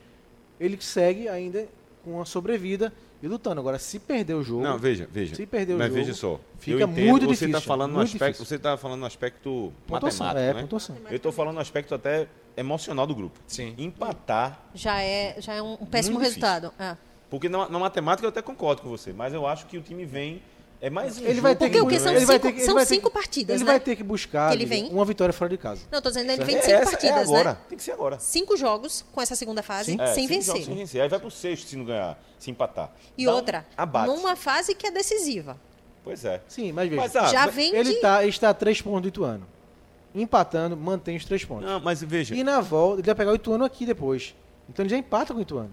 Speaker 3: ele segue ainda com a sobrevida e lutando. Agora, se perder o jogo.
Speaker 5: Não, veja, veja.
Speaker 3: Se perder o
Speaker 5: Mas
Speaker 3: jogo,
Speaker 5: veja só.
Speaker 3: fica
Speaker 5: eu entendo,
Speaker 3: muito
Speaker 5: você está
Speaker 3: difícil,
Speaker 5: falando no
Speaker 3: muito
Speaker 5: aspecto,
Speaker 3: difícil.
Speaker 5: você tá falando no aspecto
Speaker 3: Pontuação,
Speaker 5: matemático,
Speaker 3: é,
Speaker 5: né?
Speaker 3: pontuação.
Speaker 5: Eu estou falando no aspecto até emocional do grupo.
Speaker 2: Sim.
Speaker 5: Empatar,
Speaker 4: já é já é um péssimo
Speaker 5: Muito difícil.
Speaker 4: resultado. É.
Speaker 5: porque na, na matemática eu até concordo com você, mas eu acho que o time vem é mais um
Speaker 3: Ele vai ter
Speaker 4: Porque
Speaker 3: que
Speaker 4: o que
Speaker 3: bu-
Speaker 4: são
Speaker 3: ele vai
Speaker 4: cinco-
Speaker 3: ter que- ele
Speaker 4: são
Speaker 3: vai ter
Speaker 4: cinco
Speaker 3: que-
Speaker 4: partidas,
Speaker 3: Ele
Speaker 4: né?
Speaker 3: vai ter que buscar
Speaker 4: Que ele
Speaker 3: amiga,
Speaker 4: vem.
Speaker 3: uma vitória fora de casa.
Speaker 4: Não, tô dizendo ele
Speaker 5: É,
Speaker 4: vem de cinco
Speaker 5: essa- é
Speaker 4: partidas,
Speaker 5: agora.
Speaker 4: né?
Speaker 5: Tem que ser agora.
Speaker 4: Cinco jogos com essa segunda fase
Speaker 5: É,
Speaker 4: sem
Speaker 5: cinco jogos
Speaker 4: vencer.
Speaker 5: Sem vencer. Aí vai pro sexto se não ganhar, se empatar.
Speaker 4: E
Speaker 5: Dá um
Speaker 4: outra,
Speaker 5: Abate.
Speaker 4: numa fase que é decisiva.
Speaker 5: Pois é.
Speaker 3: Sim, mas veja.
Speaker 5: Mas, ah,
Speaker 4: já
Speaker 5: mas-
Speaker 4: vem
Speaker 3: Ele
Speaker 4: de...
Speaker 3: tá, está a três pontos do Ituano. Empatando, mantém os três pontos.
Speaker 5: Não, mas veja.
Speaker 3: E na volta, ele vai pegar o Ituano aqui depois. Então ele já empata com o Ituano.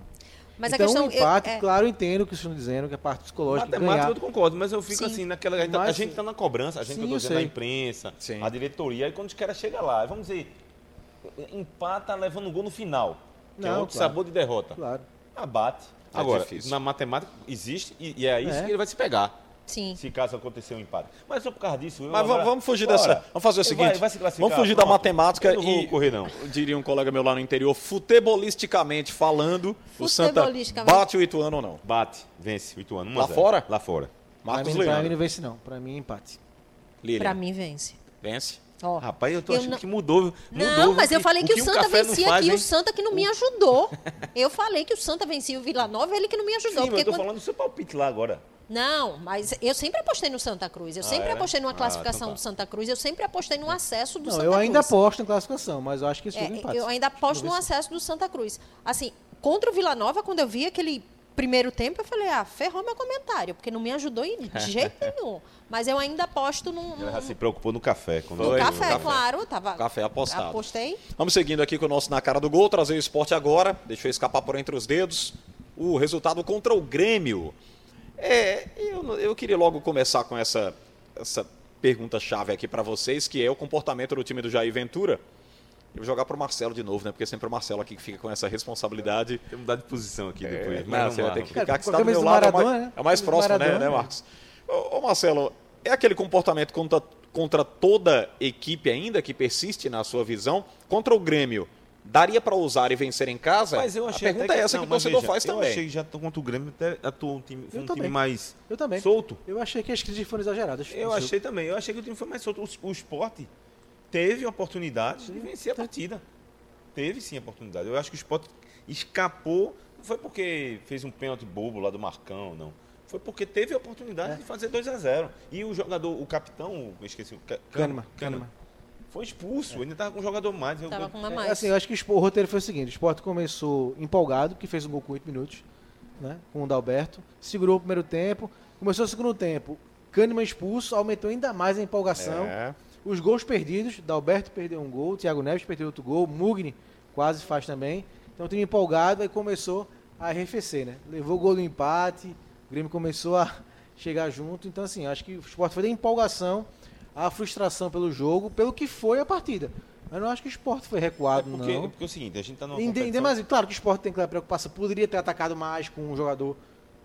Speaker 4: Mas
Speaker 3: então,
Speaker 4: a questão
Speaker 3: um empate,
Speaker 4: eu, é,
Speaker 3: claro, eu entendo o que vocês estão dizendo, que a parte psicológica
Speaker 5: Matemática
Speaker 3: ganhar.
Speaker 5: eu concordo, mas eu fico
Speaker 4: Sim.
Speaker 5: assim, naquela. A gente, tá- a
Speaker 3: Mas-
Speaker 5: gente tá na cobrança, a gente
Speaker 3: Sim,
Speaker 5: que eu tô
Speaker 3: eu
Speaker 5: dizendo, a
Speaker 3: sei.
Speaker 5: imprensa,
Speaker 2: Sim.
Speaker 5: a diretoria, aí quando os caras chegam lá, vamos dizer, empata levando um gol no final. Que é
Speaker 3: Não,
Speaker 5: outro
Speaker 3: claro.
Speaker 5: sabor de derrota.
Speaker 3: Claro.
Speaker 5: Abate.
Speaker 2: É
Speaker 5: Agora,
Speaker 2: difícil.
Speaker 5: na matemática existe e, e é isso
Speaker 3: É.
Speaker 5: que ele vai se pegar.
Speaker 4: sim.
Speaker 5: Se caso acontecer um empate. Mas só por causa disso. eu
Speaker 2: Mas vamos-
Speaker 5: agora-
Speaker 2: vamos fugir
Speaker 5: Bora.
Speaker 2: dessa. Vamos fazer o
Speaker 5: Vai-
Speaker 2: seguinte.
Speaker 5: vai se classificar,
Speaker 2: vamos fugir da
Speaker 5: pronto.
Speaker 2: matemática
Speaker 5: Eu não vou
Speaker 2: e
Speaker 5: correr, não.
Speaker 2: Diria um colega meu lá no interior, futebolisticamente falando, o Santa
Speaker 4: Futebolisticamente.
Speaker 2: bate o Ituano ou não?
Speaker 5: Bate, vence o Ituano. 1 a
Speaker 2: Lá
Speaker 5: 0.
Speaker 2: fora?
Speaker 5: Lá fora.
Speaker 3: Pra
Speaker 2: Marcos
Speaker 3: mim, pra mim não
Speaker 2: Leandro.
Speaker 3: vence, não. Pra mim, é empate.
Speaker 2: Lilian,
Speaker 4: Pra mim vence.
Speaker 2: vence.
Speaker 4: Ó.
Speaker 5: Rapaz, eu tô
Speaker 4: Eu
Speaker 5: achando
Speaker 4: não-
Speaker 5: que mudou. viu?
Speaker 4: Não,
Speaker 5: Mudou, viu?
Speaker 4: mas eu falei que, o
Speaker 5: um
Speaker 4: Santa
Speaker 5: café não
Speaker 4: vencia
Speaker 5: faz,
Speaker 4: aqui, o
Speaker 5: hein?
Speaker 4: Santa que não me ajudou. Eu falei que o Santa vencia o Vila Nova, ele que não me ajudou.
Speaker 5: Sim, mas
Speaker 4: porque
Speaker 5: eu tô
Speaker 4: quando-
Speaker 5: falando do seu palpite lá agora.
Speaker 4: Não, mas eu sempre apostei no Santa Cruz. Eu sempre
Speaker 5: é?
Speaker 4: apostei numa
Speaker 5: Ah,
Speaker 4: classificação
Speaker 5: então tá.
Speaker 4: do Santa Cruz. Eu sempre apostei no acesso do
Speaker 3: Não,
Speaker 4: Santa
Speaker 3: eu
Speaker 4: Cruz.
Speaker 3: ainda aposto em classificação, mas eu acho que esse jogo é,
Speaker 4: É,
Speaker 3: empate.
Speaker 4: eu ainda aposto
Speaker 3: Não
Speaker 4: no
Speaker 3: vence.
Speaker 4: acesso do Santa Cruz. Assim, contra o Vila Nova, quando eu vi aquele primeiro tempo, eu falei, ah, ferrou meu comentário, porque não me ajudou em de jeito nenhum. Mas eu ainda aposto num,
Speaker 5: Ela
Speaker 4: num-
Speaker 5: já se preocupou no café. quando
Speaker 4: no
Speaker 5: ela-
Speaker 4: café, claro. Tava,
Speaker 2: Café apostado.
Speaker 4: Apostei.
Speaker 2: Vamos seguindo aqui com o nosso Na Cara do Gol, trazer o esporte agora. Deixou escapar por entre os dedos. O resultado contra o Grêmio. É, eu, não- eu queria logo começar com essa, essa pergunta-chave aqui para vocês, que é o comportamento do time do Jair Ventura. Eu vou jogar pro Marcelo de novo, né? Porque sempre é o Marcelo aqui que fica com essa responsabilidade.
Speaker 5: Tem que mudar de posição aqui depois.
Speaker 2: É,
Speaker 5: mas
Speaker 2: não,
Speaker 5: vamos
Speaker 2: você
Speaker 5: lá,
Speaker 2: vai ter que
Speaker 5: Rafa.
Speaker 2: ficar
Speaker 3: Cara,
Speaker 2: que você tá do
Speaker 3: camisa
Speaker 2: meu
Speaker 3: do
Speaker 2: lado. é o
Speaker 3: Maradona,
Speaker 2: mais,
Speaker 3: né?
Speaker 2: é o mais
Speaker 3: Camisa do
Speaker 2: próximo, né,
Speaker 3: Maradona,
Speaker 2: né,
Speaker 3: né?
Speaker 2: Marcos? Ô, ô, Marcelo, é aquele comportamento contra, contra toda equipe ainda que persiste na sua visão? Contra o Grêmio, daria para usar e vencer em casa?
Speaker 5: Mas eu achei
Speaker 2: a pergunta
Speaker 5: até
Speaker 2: é essa que,
Speaker 5: não,
Speaker 2: o
Speaker 5: mas
Speaker 2: torcedor
Speaker 5: veja,
Speaker 2: faz
Speaker 5: eu
Speaker 2: também.
Speaker 5: achei que já tô contra o Grêmio, até atuou um time, foi
Speaker 3: Eu
Speaker 5: um
Speaker 3: também.
Speaker 5: time mais
Speaker 3: Eu também.
Speaker 5: solto.
Speaker 3: Eu achei que as críticas foram exageradas.
Speaker 5: Eu achei também. Eu achei que o time foi mais solto. O, o esporte teve oportunidade de vencer a
Speaker 3: Tá.
Speaker 5: partida. Teve sim a oportunidade. Eu acho que o esporte escapou. Não foi porque fez um pênalti bobo lá do Marcão, não. Foi porque teve a oportunidade
Speaker 3: É.
Speaker 5: de fazer 2 a 0 E o jogador, o capitão, eu esqueci, o Ca-
Speaker 3: Kahneman,
Speaker 5: Kahneman,
Speaker 3: Kahneman.
Speaker 5: foi expulso. Ainda estava com um jogador a mais. Eu-
Speaker 4: Tava
Speaker 5: eu-
Speaker 4: com uma
Speaker 3: É,
Speaker 4: mais.
Speaker 3: Assim, eu acho que o espo- o roteiro foi o seguinte: o Sport começou empolgado, que fez um gol com 8 minutos, né? Com o Dalberto. Segurou o primeiro tempo. Começou o segundo tempo. Kahneman expulso, aumentou ainda mais a empolgação.
Speaker 2: É.
Speaker 3: Os gols perdidos, Dalberto perdeu um gol, Thiago Neves perdeu outro gol, Mugni quase faz também. Então o time empolgado aí começou a arrefecer, né? Levou o gol do empate, o Grêmio começou a chegar junto. Então assim, acho que o Sport foi da empolgação à frustração pelo jogo, pelo que foi a partida. Mas não acho que o Sport foi
Speaker 5: É
Speaker 3: recuado,
Speaker 5: porque, é
Speaker 3: não.
Speaker 5: porque é o seguinte, a gente está numa
Speaker 3: Ainda ainda
Speaker 5: competição-
Speaker 3: mais, claro que o Sport tem aquela preocupação, poderia ter atacado mais com um jogador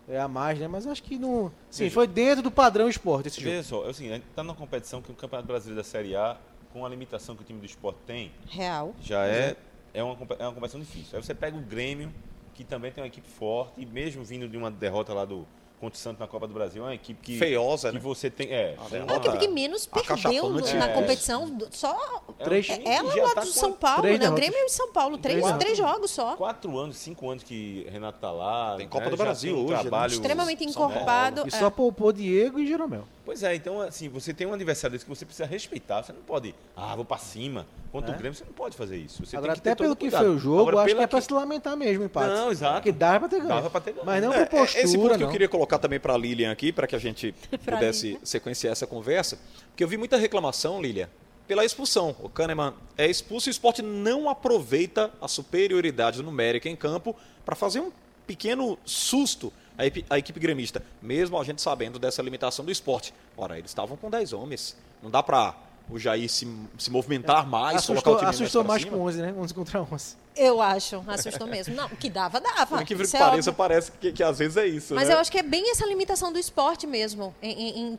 Speaker 3: é, a mais, né? Mas acho que não... Sim,
Speaker 5: Veja.
Speaker 3: foi dentro do padrão esporte esse jogo.
Speaker 5: Veja só, é o seguinte, a gente está numa competição que o Campeonato Brasileiro da Série A, com a limitação que o time do esporte tem,
Speaker 4: Real.
Speaker 5: já é, é, uma, compe- é uma competição difícil. Aí você pega o Grêmio, que também tem uma equipe forte, e mesmo vindo de uma derrota lá do contra o Santos na Copa do Brasil, é uma equipe que.
Speaker 2: Feiosa,
Speaker 5: que
Speaker 2: né?
Speaker 5: você tem. É,
Speaker 2: A
Speaker 5: foi
Speaker 4: É a
Speaker 5: uma-
Speaker 2: derrota.
Speaker 5: é
Speaker 2: Ah,
Speaker 4: equipe que menos perdeu no-
Speaker 2: acachapante,
Speaker 4: na
Speaker 5: é.
Speaker 4: competição. do- Só é
Speaker 5: um
Speaker 3: Três.
Speaker 5: time que
Speaker 4: ela e o
Speaker 5: já tá
Speaker 4: outro do
Speaker 5: com
Speaker 4: São Paulo,
Speaker 3: três
Speaker 4: né? O
Speaker 3: derrotas.
Speaker 4: Grêmio e o São Paulo. Três,
Speaker 3: derrotas.
Speaker 4: três jogos só.
Speaker 5: Quatro anos, cinco anos que Renato tá lá.
Speaker 2: Tem Copa do
Speaker 5: Já
Speaker 2: Brasil
Speaker 5: tem um
Speaker 2: hoje, né?
Speaker 5: Trabalho
Speaker 4: Extremamente
Speaker 2: São Paulo.
Speaker 4: encorpado.
Speaker 3: E
Speaker 4: é.
Speaker 3: só poupou Diego e Jeromel.
Speaker 5: Pois é, então assim, você tem um adversário desse que você precisa respeitar, você não pode, ah, vou pra cima. Contra o
Speaker 3: É.
Speaker 5: Grêmio você não pode fazer isso. Você
Speaker 3: Agora,
Speaker 5: tem que ter
Speaker 3: até
Speaker 5: todo
Speaker 3: pelo que
Speaker 5: cuidado.
Speaker 3: foi o jogo,
Speaker 5: Agora,
Speaker 3: acho que
Speaker 5: pela
Speaker 3: é pra se lamentar mesmo, o empate.
Speaker 5: Não, exato.
Speaker 3: Porque dava pra ter ganho.
Speaker 5: Dava pra ter ganho.
Speaker 3: Mas não
Speaker 2: É,
Speaker 3: por postura,
Speaker 2: esse ponto que
Speaker 3: não.
Speaker 2: eu queria colocar também para a Lilian aqui, para que a gente
Speaker 4: Pra
Speaker 2: pudesse
Speaker 4: Lilian.
Speaker 2: sequenciar essa conversa, porque eu vi muita reclamação, Lilian, pela expulsão. O Kahneman é expulso e o esporte não aproveita a superioridade numérica em campo para fazer um pequeno susto à equipe, à equipe gremista, mesmo a gente sabendo dessa limitação do esporte. Ora, eles estavam com 10 homens, não dá para o Jair se, se movimentar mais,
Speaker 3: É. assustou
Speaker 2: colocar o time
Speaker 3: assustou
Speaker 2: mais
Speaker 3: mais
Speaker 2: pra
Speaker 3: com
Speaker 2: cima.
Speaker 3: 11, né? 11 contra 11.
Speaker 4: Eu acho, assustou mesmo. Não, que dava, dava.
Speaker 2: Por incrível que
Speaker 4: Isso é
Speaker 2: pareça,
Speaker 4: óbvio.
Speaker 2: parece que, que às vezes é isso,
Speaker 4: Mas
Speaker 2: né?
Speaker 4: eu acho que é bem essa limitação do esporte mesmo, em, em- em-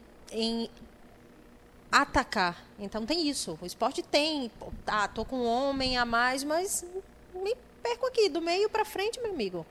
Speaker 4: em atacar. Então tem isso. O esporte tem. pô, Ah, tô com um homem a mais, mas me perco aqui, do meio pra frente, meu amigo.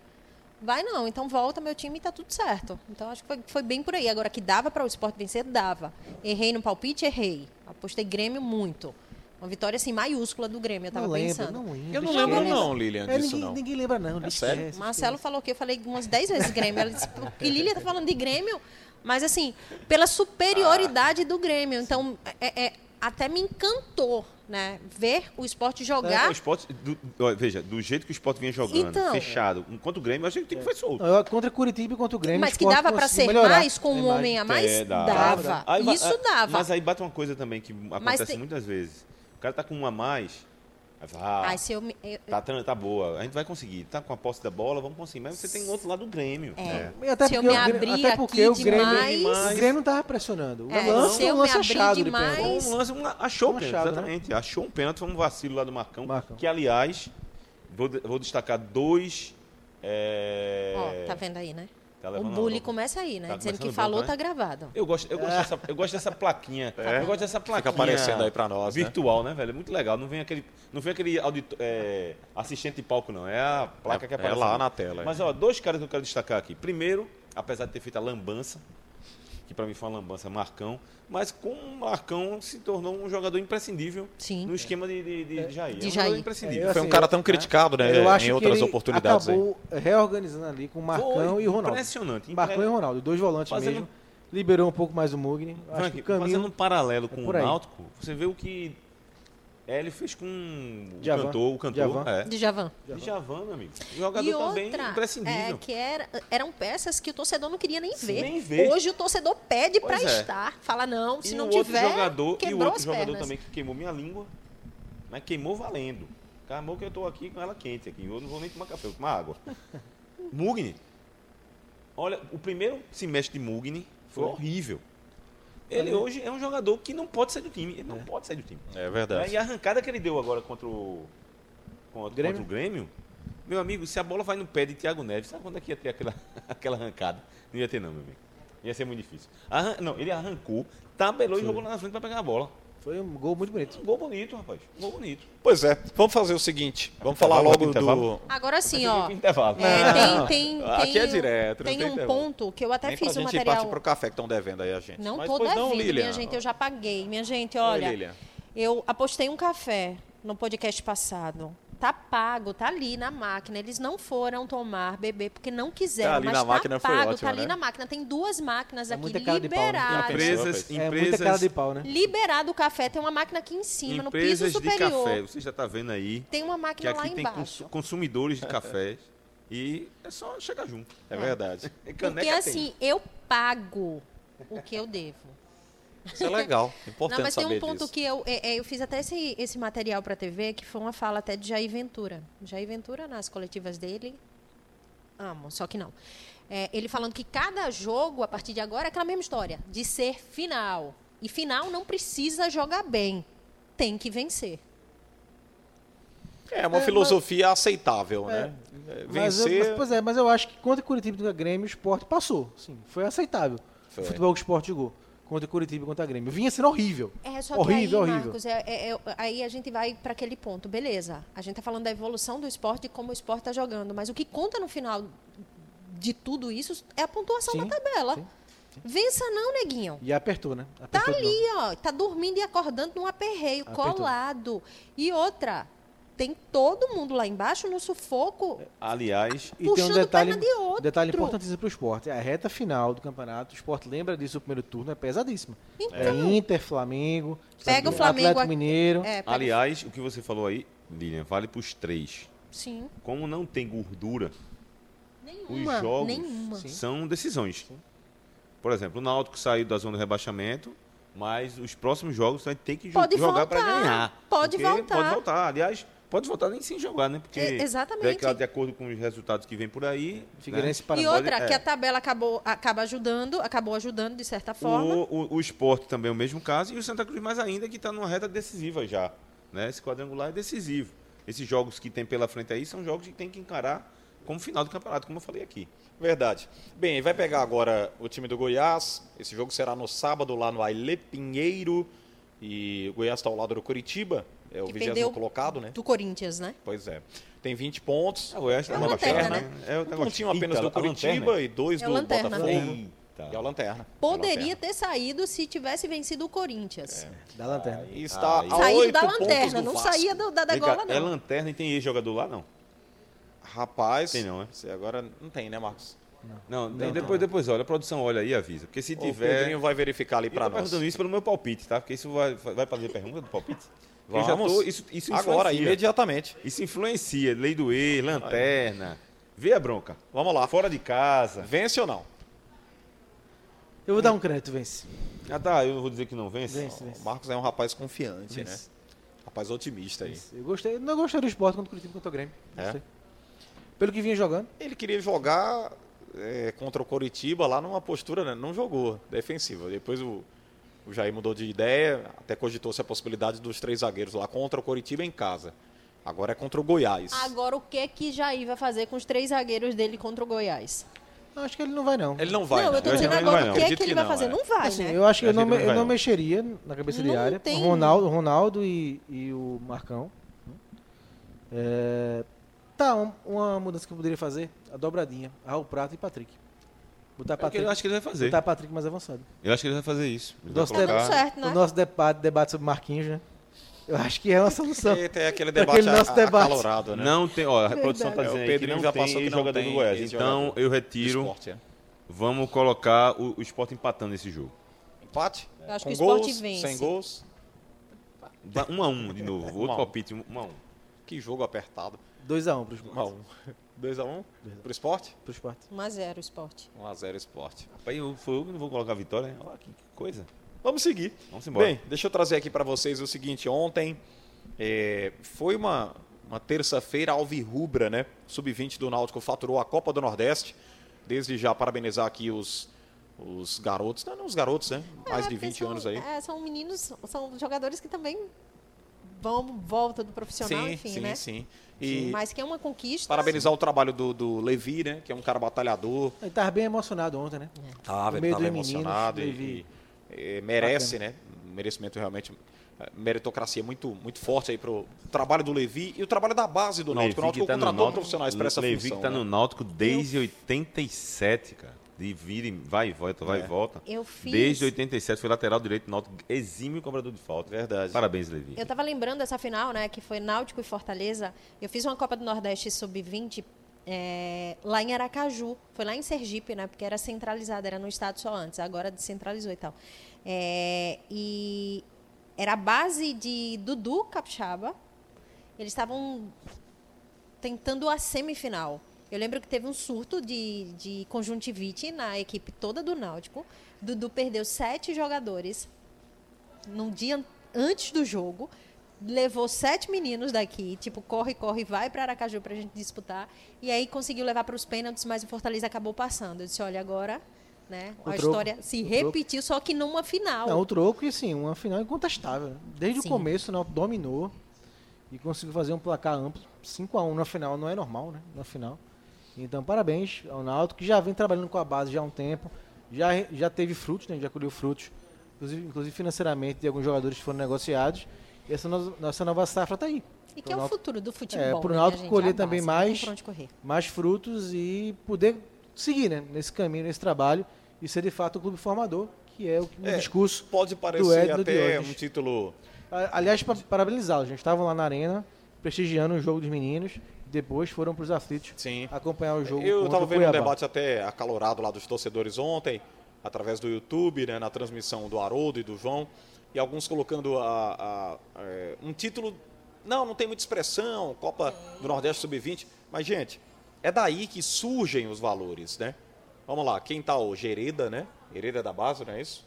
Speaker 4: Vai não, então volta meu time e tá tudo certo. Então acho que foi, foi bem por aí. Agora que dava para o esporte vencer, dava. Errei no palpite, errei. Apostei Grêmio muito. Uma vitória assim maiúscula do Grêmio, eu tava
Speaker 3: não lembro,
Speaker 4: pensando.
Speaker 3: não lembro.
Speaker 2: Eu não
Speaker 3: Deixa
Speaker 2: lembro
Speaker 3: ver.
Speaker 2: não, Lilian,
Speaker 3: É,
Speaker 2: disso
Speaker 3: ninguém,
Speaker 2: não.
Speaker 3: ninguém lembra não, é. esquece,
Speaker 2: sério?
Speaker 3: esquece.
Speaker 4: Marcelo falou que eu falei umas 10 vezes Grêmio. Ela disse que Lília tá falando de Grêmio, mas assim, pela superioridade do Grêmio. Então, é- é- até me encantou, né? Ver o esporte
Speaker 5: É,
Speaker 4: jogar.
Speaker 5: o esporte, do- ó, veja, do jeito que o esporte vinha jogando,
Speaker 4: Então.
Speaker 5: fechado, enquanto o Grêmio, eu achei que o time foi solto.
Speaker 3: Não, eu- Contra Curitiba e contra o Grêmio,
Speaker 4: mas
Speaker 3: o
Speaker 4: que
Speaker 3: Sport
Speaker 4: dava para ser
Speaker 3: um conseguiu melhorar
Speaker 4: mais com um
Speaker 3: imagem.
Speaker 4: homem a mais?
Speaker 5: É,
Speaker 4: dava.
Speaker 5: Aí va-
Speaker 4: Isso
Speaker 5: ah,
Speaker 4: dava.
Speaker 5: Mas aí bate uma coisa também que acontece
Speaker 4: tem-
Speaker 5: muitas vezes. O cara tá com um a mais, aí fala, ah,
Speaker 4: Ai, se eu me- eu-
Speaker 5: tá, tran- tá boa, a gente vai conseguir. Tá com a posse da bola, vamos conseguir. Mas você tem um outro lado do Grêmio.
Speaker 4: É.
Speaker 5: né?
Speaker 3: E Até
Speaker 4: Se eu
Speaker 3: porque
Speaker 4: me
Speaker 3: o Grêmio-
Speaker 4: abrir
Speaker 3: até porque
Speaker 4: aqui
Speaker 3: o Grêmio,
Speaker 4: demais-
Speaker 3: o Grêmio não tava pressionando. O
Speaker 4: É,
Speaker 3: lance
Speaker 4: se
Speaker 3: foi
Speaker 4: eu
Speaker 3: um
Speaker 4: me
Speaker 3: lance
Speaker 4: abrir
Speaker 3: achado de
Speaker 4: demais-
Speaker 3: pênalti.
Speaker 5: Um lance, um- achou o
Speaker 3: Um
Speaker 5: pênalti,
Speaker 3: achado, né?
Speaker 5: exatamente. Achou um pênalti, foi um vacilo lá do Marcão.
Speaker 3: Marcão.
Speaker 5: Que, aliás, vou, de- vou destacar dois. é,
Speaker 4: Ó, tá vendo aí, né?
Speaker 5: Tá
Speaker 4: o
Speaker 5: levando a
Speaker 4: bullying
Speaker 5: bronca.
Speaker 4: começa aí, né?
Speaker 5: Tá
Speaker 4: Dizendo que
Speaker 5: começando
Speaker 4: falou, tá
Speaker 5: bronca, né?
Speaker 4: gravado.
Speaker 5: Eu gosto, eu gosto, dessa, eu gosto dessa plaquinha. Eu gosto dessa plaquinha.
Speaker 2: É. aparecendo aí pra nós, né?
Speaker 5: Virtual, né, velho? É muito legal. Não vem aquele, não vem aquele audito- é, assistente de palco, não. É a placa
Speaker 2: É-
Speaker 5: que
Speaker 2: é
Speaker 5: aparece.
Speaker 2: lá
Speaker 5: ali.
Speaker 2: na tela, é.
Speaker 5: Mas, ó, dois caras que eu quero destacar aqui. Primeiro, apesar de ter feito a lambança, que pra mim foi uma lambança, Marcão. Mas com o Marcão se tornou um jogador imprescindível
Speaker 4: Sim.
Speaker 5: no esquema de, de, de, de Jair.
Speaker 4: De
Speaker 5: é um
Speaker 4: Jair.
Speaker 5: jogador imprescindível.
Speaker 3: É,
Speaker 2: Foi
Speaker 3: eu-
Speaker 2: um
Speaker 3: assim,
Speaker 2: cara tão criticado, né?
Speaker 3: Eu acho
Speaker 2: em
Speaker 3: que
Speaker 2: outras
Speaker 3: ele
Speaker 2: oportunidades aí.
Speaker 3: acabou reorganizando ali com Marcão
Speaker 5: Foi
Speaker 3: e Ronaldo.
Speaker 5: impressionante.
Speaker 3: Marcão e Ronaldo, dois volantes
Speaker 5: Fazendo-
Speaker 3: mesmo. Liberou um pouco mais o Mugni. Acho
Speaker 5: Frank,
Speaker 3: que o caminho é
Speaker 5: fazendo um paralelo com o
Speaker 3: por aí.
Speaker 5: Náutico, você vê o que é, ele fez com o
Speaker 3: Djavan.
Speaker 5: cantor, o cantor,
Speaker 3: Djavan.
Speaker 5: é.
Speaker 4: De Javan.
Speaker 5: Djavan, meu amigo. O jogador
Speaker 4: E
Speaker 5: também
Speaker 4: outra, é,
Speaker 5: imprescindível.
Speaker 4: que era- eram peças que o torcedor não queria nem ver.
Speaker 5: nem ver.
Speaker 4: Hoje o torcedor pede pra
Speaker 5: Pois é.
Speaker 4: estar. Fala, não, se
Speaker 5: e
Speaker 4: não
Speaker 5: o
Speaker 4: tiver,
Speaker 5: outro jogador, e o
Speaker 4: quebrou
Speaker 5: outro
Speaker 4: as
Speaker 5: jogador
Speaker 4: pernas.
Speaker 5: também que queimou minha língua, mas queimou valendo. Acabou que eu tô aqui com ela quente aqui. Eu não vou nem tomar café, eu vou tomar água. Mugni. Olha, o primeiro semestre de Mugni foi horrível. Ele hoje é um jogador que não pode sair do time. Ele não pode sair do time.
Speaker 2: É
Speaker 5: Né?
Speaker 2: verdade.
Speaker 5: E a arrancada que ele deu agora contra o, contra,
Speaker 3: Grêmio?
Speaker 5: contra o Grêmio, meu amigo, se a bola vai no pé de Thiago Neves, sabe quando é que ia ter aquela, aquela arrancada? Não ia ter, não, meu amigo. Ia ser muito difícil. Arran- não, ele arrancou, tabelou e jogou lá na frente para pegar a bola.
Speaker 3: Foi um gol muito bonito.
Speaker 5: Um gol bonito, rapaz. Um gol bonito.
Speaker 2: Pois é, vamos fazer o seguinte. Vamos falar
Speaker 5: Intervalo,
Speaker 2: logo do.
Speaker 5: intervalo.
Speaker 4: Agora sim, ó.
Speaker 5: Intervalo.
Speaker 4: é,
Speaker 2: Não.
Speaker 4: tem, tem,
Speaker 2: Aqui
Speaker 4: tem
Speaker 2: é
Speaker 4: um-
Speaker 2: direto, não
Speaker 4: Tem
Speaker 2: tem
Speaker 4: um
Speaker 2: intervalo.
Speaker 4: ponto que eu até
Speaker 2: Nem
Speaker 4: fiz
Speaker 2: pra
Speaker 4: um
Speaker 5: tipo
Speaker 2: gente
Speaker 4: material.
Speaker 2: parte pro café que estão devendo aí a gente.
Speaker 4: Não
Speaker 2: Mas,
Speaker 4: tô
Speaker 2: pois
Speaker 4: devendo,
Speaker 2: não, Lilian.
Speaker 4: minha gente, eu já paguei. Minha gente, olha,
Speaker 2: Lilian.
Speaker 4: eu apostei um café no podcast passado. Tá pago, tá ali na máquina. Eles não foram tomar, beber, porque não quiseram,
Speaker 2: Tá ali
Speaker 4: mas
Speaker 2: na
Speaker 4: tá
Speaker 2: máquina foi
Speaker 4: pago,
Speaker 2: ótimo,
Speaker 4: tá ali
Speaker 2: né?
Speaker 4: na máquina. Tem duas máquinas
Speaker 3: É
Speaker 4: aqui
Speaker 3: muita cara de pau, né?
Speaker 4: liberadas.
Speaker 5: Empresas,
Speaker 3: É muita cara de
Speaker 5: empresas,
Speaker 3: pau, né?
Speaker 4: Liberado o café, tem uma máquina aqui em cima,
Speaker 5: empresas
Speaker 4: no
Speaker 5: de
Speaker 4: piso superior.
Speaker 5: café. Você já está vendo aí
Speaker 4: Tem uma
Speaker 5: que
Speaker 4: máquina lá
Speaker 5: aqui tem
Speaker 4: embaixo.
Speaker 5: cons- consumidores de café e é só chegar junto.
Speaker 2: É verdade.
Speaker 5: É caneca
Speaker 4: Porque
Speaker 5: tem.
Speaker 4: assim, eu pago o que eu devo.
Speaker 2: Isso é legal. Importante
Speaker 4: Não, mas tem
Speaker 2: saber
Speaker 4: um ponto
Speaker 2: disso.
Speaker 4: que eu, é, é, eu fiz até esse, esse material para TV, que foi uma fala até de Jair Ventura. Jair Ventura, nas coletivas dele, amo, só que não. É, ele falando que cada jogo, a partir de agora, é aquela mesma história, de ser final. E final não precisa jogar bem, tem que vencer.
Speaker 2: É uma
Speaker 3: É, mas-
Speaker 2: filosofia aceitável, né? É,
Speaker 3: Mas, eu-
Speaker 2: Vencer.
Speaker 3: mas, pois é, mas eu acho que contra Curitiba e contra Grêmio, o esporte passou. Sim, foi aceitável.
Speaker 2: Foi.
Speaker 3: O futebol que o esporte jogou. Contra Curitiba e contra Grêmio. Vinha sendo horrível.
Speaker 4: É, só
Speaker 3: horrível,
Speaker 4: que aí,
Speaker 3: horrível.
Speaker 4: Marcos, é- é- é- aí a gente vai para aquele ponto, beleza. A gente tá falando da evolução do esporte e como o esporte tá jogando, mas o que conta no final de tudo isso é a pontuação
Speaker 3: Sim,
Speaker 4: da tabela.
Speaker 3: sim,
Speaker 4: Vença não, neguinho.
Speaker 3: E apertou, né?
Speaker 4: Tá
Speaker 3: Apertou de novo.
Speaker 4: ali, ó, tá dormindo e acordando num aperreio,
Speaker 3: Apertou.
Speaker 4: colado. E outra, tem todo mundo lá embaixo no sufoco.
Speaker 5: Aliás,
Speaker 3: E tem um
Speaker 4: puxando
Speaker 3: detalhe,
Speaker 4: perna de outro.
Speaker 3: detalhe importantíssimo para o esporte. É a reta final do campeonato. O esporte lembra disso, o primeiro turno é pesadíssimo.
Speaker 4: Então.
Speaker 3: É Inter, Flamengo,
Speaker 4: Pega o Flamengo
Speaker 3: Atlético
Speaker 4: aqui.
Speaker 3: Mineiro.
Speaker 4: É, pega-
Speaker 5: aliás, o que você falou aí, Lilian, vale para os três.
Speaker 4: Sim.
Speaker 5: Como não tem gordura,
Speaker 4: Nenhuma.
Speaker 5: os jogos
Speaker 4: Nenhuma.
Speaker 5: são decisões. Por exemplo, o Náutico saiu da zona de rebaixamento, mas os próximos jogos vai ter que jo-
Speaker 4: Pode
Speaker 5: jogar para
Speaker 4: voltar,
Speaker 5: ganhar.
Speaker 4: pode
Speaker 5: Porque
Speaker 4: voltar.
Speaker 5: Pode voltar. Aliás, pode voltar nem sem jogar, né? Porque
Speaker 4: É, exatamente.
Speaker 5: De, de acordo com os resultados que vem por aí.
Speaker 3: Figueirense
Speaker 5: né?
Speaker 3: para
Speaker 4: E
Speaker 5: Pode-
Speaker 4: outra,
Speaker 5: é.
Speaker 4: que a tabela acabou, acaba ajudando, acabou ajudando de certa forma.
Speaker 5: O, o, o esporte também é o mesmo caso, e o Santa Cruz mais ainda, que está numa reta decisiva já. Né? Esse quadrangular é decisivo. Esses jogos que tem pela frente aí são jogos que tem que encarar como final do campeonato, como eu falei aqui.
Speaker 2: Verdade. Bem, vai pegar agora o time do Goiás. Esse jogo será no sábado lá no Aile Pinheiro. E o Goiás está ao lado do Curitiba. É o
Speaker 4: Que
Speaker 2: vigésimo
Speaker 4: perdeu
Speaker 2: colocado, né?
Speaker 4: Do Corinthians, né?
Speaker 2: Pois é. Tem 20 pontos.
Speaker 5: É o Oeste,
Speaker 4: É
Speaker 5: é
Speaker 4: uma
Speaker 5: uma
Speaker 4: lanterna,
Speaker 5: perna.
Speaker 4: né?
Speaker 5: É o
Speaker 2: Um pontinho apenas do Curitiba e dois
Speaker 4: É o
Speaker 2: do
Speaker 4: Lanterna.
Speaker 2: Botafogo.
Speaker 5: Eita.
Speaker 2: É o Lanterna.
Speaker 4: Poderia
Speaker 2: É
Speaker 4: ter saído se tivesse vencido o Corinthians.
Speaker 3: Da lanterna.
Speaker 2: o Lanterna. E está
Speaker 5: Aí.
Speaker 2: a
Speaker 4: Saído
Speaker 2: oito
Speaker 4: da
Speaker 2: pontos
Speaker 4: lanterna,
Speaker 2: do
Speaker 4: não
Speaker 2: Vasco.
Speaker 4: saía do- da, da gola,
Speaker 5: É
Speaker 4: não.
Speaker 5: lanterna e tem ex-jogador lá, não?
Speaker 2: Rapaz.
Speaker 5: Tem não, né?
Speaker 2: Você agora não é? tem, né, Marcos?
Speaker 5: Não, depois, depois olha, a produção olha aí e avisa. Porque se
Speaker 2: O
Speaker 5: tiver.
Speaker 2: Pedrinho vai verificar ali
Speaker 5: Eu tô
Speaker 2: para nós.
Speaker 5: perguntando isso pelo meu palpite, tá? Porque isso vai, vai fazer pergunta do palpite? Eu já
Speaker 2: Vamos.
Speaker 5: tô- isso, isso
Speaker 2: agora,
Speaker 5: influencia.
Speaker 2: imediatamente.
Speaker 5: Isso influencia, lei do E, lanterna. Vê a bronca.
Speaker 2: Vamos lá.
Speaker 5: Fora de casa.
Speaker 2: Vence ou não?
Speaker 3: Eu vou dar um crédito, vence.
Speaker 5: Ah tá, eu não vou dizer que não vence.
Speaker 3: Vence,
Speaker 2: O
Speaker 3: vence.
Speaker 2: Marcos é um rapaz confiante,
Speaker 3: Vence.
Speaker 2: né? Rapaz otimista aí.
Speaker 3: Eu gostei, não gostei do esporte contra o Curitiba e contra o Grêmio.
Speaker 2: É?
Speaker 3: Gostei. Pelo que vinha jogando.
Speaker 2: Ele queria jogar é, contra o Coritiba lá numa postura, né? não jogou, defensiva. Depois o, o Jair mudou de ideia, até cogitou-se a possibilidade dos três zagueiros lá contra o Coritiba em casa. Agora é contra o Goiás.
Speaker 4: Agora, o que é que Jair vai fazer com os três zagueiros dele contra o Goiás?
Speaker 3: Não, acho que ele não vai, não.
Speaker 2: Ele não vai.
Speaker 4: não, eu
Speaker 2: né?
Speaker 4: tô
Speaker 5: Eu acho
Speaker 4: dizendo
Speaker 5: que ele
Speaker 4: agora
Speaker 5: vai,
Speaker 4: o
Speaker 5: não.
Speaker 4: que que,
Speaker 2: Acredito
Speaker 4: ele
Speaker 2: que
Speaker 4: vai
Speaker 2: não,
Speaker 4: fazer.
Speaker 2: é.
Speaker 4: Não vai,
Speaker 3: Assim,
Speaker 4: né?
Speaker 3: eu acho que
Speaker 5: Eu
Speaker 3: eu não,
Speaker 5: acho que
Speaker 3: me-
Speaker 5: ele não
Speaker 3: eu não
Speaker 5: vai, não.
Speaker 3: mexeria na cabeça de
Speaker 4: Não
Speaker 3: área.
Speaker 4: tem-
Speaker 3: O Ronaldo, o Ronaldo e, e o Marcão. É, tá, um- uma mudança que eu poderia fazer, a dobradinha, Raul Prato e Patrick. Botar
Speaker 5: É o que
Speaker 3: Patrick,
Speaker 5: eu acho que ele vai fazer.
Speaker 3: botar Patrick mais avançado.
Speaker 5: Eu acho que ele vai fazer isso. Ele vai
Speaker 3: Nossa,
Speaker 4: Tá dando
Speaker 5: colocar-
Speaker 4: certo,
Speaker 3: O
Speaker 4: né?
Speaker 3: nosso debate, debate sobre Marquinhos, né? Eu acho que é uma solução.
Speaker 2: E tem aquele
Speaker 3: Aquele
Speaker 2: debate
Speaker 3: nosso
Speaker 2: a-
Speaker 3: debate.
Speaker 2: acalorado, né?
Speaker 5: Não tem, ó, a produção tá
Speaker 2: É, o
Speaker 5: dizendo aí que
Speaker 2: Pedrinho
Speaker 5: não
Speaker 2: já
Speaker 5: tem
Speaker 2: passou que não
Speaker 5: jogador
Speaker 2: tem
Speaker 5: do Goiás.
Speaker 2: ex-jogador.
Speaker 5: Então eu retiro.
Speaker 2: Esporte, é.
Speaker 5: Vamos colocar o, o esporte empatando esse jogo.
Speaker 2: Empate?
Speaker 4: Eu acho
Speaker 2: Com
Speaker 4: que o Sport
Speaker 2: gols,
Speaker 4: vence.
Speaker 2: Sem gols.
Speaker 5: Dá Um a um de novo.
Speaker 2: Um a
Speaker 5: Outro
Speaker 2: um.
Speaker 5: palpite, um a um.
Speaker 2: Que jogo apertado.
Speaker 3: 2x1 um pro esporte.
Speaker 2: 1x1. 2x1 pro Um esporte?
Speaker 3: Pro esporte.
Speaker 4: 1 a 0 esporte.
Speaker 2: 1x0 esporte.
Speaker 5: Rapaz, eu, foi eu que não vou colocar a vitória, né? Olha que coisa.
Speaker 2: Vamos seguir.
Speaker 5: Vamos embora.
Speaker 2: Bem, deixa eu trazer aqui para vocês o seguinte: ontem eh, foi uma, uma terça-feira alvirrubra, né? Sub-20 do Náutico faturou a Copa do Nordeste. Desde já parabenizar aqui os, Os garotos, não, não os garotos, né? Mais
Speaker 4: É,
Speaker 2: de
Speaker 4: porque
Speaker 2: 20
Speaker 4: são-
Speaker 2: anos aí.
Speaker 4: é, são meninos, são jogadores que também vão, volta do profissional,
Speaker 2: sim,
Speaker 4: enfim,
Speaker 2: sim,
Speaker 4: né?
Speaker 2: sim. E
Speaker 4: Mas que é uma conquista.
Speaker 2: parabenizar o trabalho do, do Levi, né? Que é um cara batalhador.
Speaker 3: Ele tava bem emocionado ontem, né?
Speaker 4: É.
Speaker 2: Tava,
Speaker 3: No
Speaker 2: ele
Speaker 3: meio
Speaker 2: tava
Speaker 3: dos meninos,
Speaker 2: emocionado e,
Speaker 3: Levi.
Speaker 2: e, eh, merece, né? Um merecimento realmente, eh, meritocracia muito, muito forte aí pro trabalho do Levi e o trabalho da base do Náutico. O Náutico
Speaker 5: tá no
Speaker 2: contratou
Speaker 5: Náutico-
Speaker 2: profissionais para essa
Speaker 5: Levi
Speaker 2: função.
Speaker 5: que tá
Speaker 2: né?
Speaker 5: no Náutico desde 87, cara. De vira e vai e volta, vai e volta.
Speaker 4: Eu fiz-
Speaker 5: Desde 87, foi lateral direito do Náutico, exime o cobrador de falta.
Speaker 2: Verdade.
Speaker 5: Parabéns, Levi.
Speaker 4: Eu tava lembrando dessa final, né? Que foi Náutico e Fortaleza. Eu fiz uma Copa do Nordeste Sub-20 é, lá em Aracaju. Foi lá em Sergipe, né? Porque era centralizada, era no estado só antes. Agora descentralizou e tal. É, e era a base de Dudu Capixaba. Eles estavam tentando a semifinal. Eu lembro que teve um surto de, de conjuntivite na equipe toda do Náutico. Dudu perdeu sete jogadores num dia antes do jogo, levou sete meninos daqui, tipo, corre, corre, vai para Aracaju pra gente disputar. E aí conseguiu levar para os pênaltis, mas o Fortaleza acabou passando. Eu disse, olha, agora, né?
Speaker 3: O
Speaker 4: a
Speaker 3: troco.
Speaker 4: história se
Speaker 3: O troco.
Speaker 4: repetiu, só que numa final.
Speaker 3: Não, o troco, e assim, uma final incontestável. né? Desde
Speaker 4: Sim.
Speaker 3: o começo, o Náutico dominou e conseguiu fazer um placar amplo. 5x1 na final não é normal, né? Na final. Então, parabéns ao Náutico, que já vem trabalhando com a base já há um tempo. Já, re- já teve frutos, né? Já colheu frutos, inclusive, inclusive financeiramente, de alguns jogadores que foram negociados. E essa, no- nossa nova safra tá aí.
Speaker 4: e que
Speaker 3: Pro
Speaker 4: é o
Speaker 3: Náutico-
Speaker 4: futuro do futebol.
Speaker 3: É, pro
Speaker 4: né,
Speaker 3: Náutico
Speaker 4: gente?
Speaker 3: colher
Speaker 4: A
Speaker 3: também
Speaker 4: base, não tem
Speaker 3: mais-
Speaker 4: pra onde correr.
Speaker 3: mais frutos e poder seguir né, nesse caminho, nesse trabalho e ser de fato o clube formador, que é o que- o
Speaker 2: É.
Speaker 3: discurso.
Speaker 2: Pode
Speaker 3: Do
Speaker 2: parecer
Speaker 3: Edno
Speaker 2: até
Speaker 3: Diógenes.
Speaker 2: um título
Speaker 3: A- Aliás, para parabenizá-los, gente estavam lá na arena prestigiando o jogo dos meninos, depois foram para os aflitos
Speaker 2: Sim.
Speaker 3: acompanhar o jogo.
Speaker 2: Eu
Speaker 3: contra
Speaker 2: estava
Speaker 3: o
Speaker 2: vendo um
Speaker 3: Cuiabá.
Speaker 2: debate até acalorado lá dos torcedores ontem, através do YouTube, né, na transmissão do Haroldo e do João, e alguns colocando a- a- é, um título. Não, não tem muita expressão, Copa do Nordeste Sub-20. Mas, gente, é daí que surgem os valores, né? Vamos lá, quem tá hoje? Hereda, né? Hereda da base, não é isso?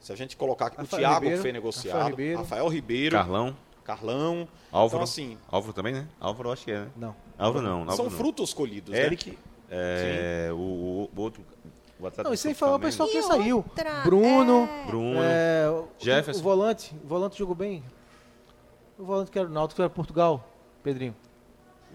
Speaker 2: Se a gente colocar aqui, o
Speaker 3: Rafael
Speaker 2: Thiago
Speaker 3: Ribeiro,
Speaker 2: que foi
Speaker 3: Rafael
Speaker 2: negociado,
Speaker 3: Ribeiro.
Speaker 2: Rafael Ribeiro,
Speaker 5: Carlão,
Speaker 2: Carlão.
Speaker 5: Álvaro.
Speaker 2: Então, assim,
Speaker 5: Álvaro também, né? Álvaro eu acho que é, né?
Speaker 3: Não.
Speaker 5: Álvaro não. Álvaro
Speaker 2: são
Speaker 5: não.
Speaker 2: frutos colhidos, né?
Speaker 5: Eric, é, o, o- o outro. O atleta
Speaker 3: Não,
Speaker 5: do
Speaker 3: e sem falar o
Speaker 5: Flamengo.
Speaker 3: pessoal que
Speaker 4: E
Speaker 3: saiu.
Speaker 4: outra, é.
Speaker 3: Bruno.
Speaker 5: Bruno.
Speaker 3: é, o-
Speaker 5: Jefferson.
Speaker 3: O volante. O volante jogou bem. O volante que era o Náutico, que era Portugal, Pedrinho.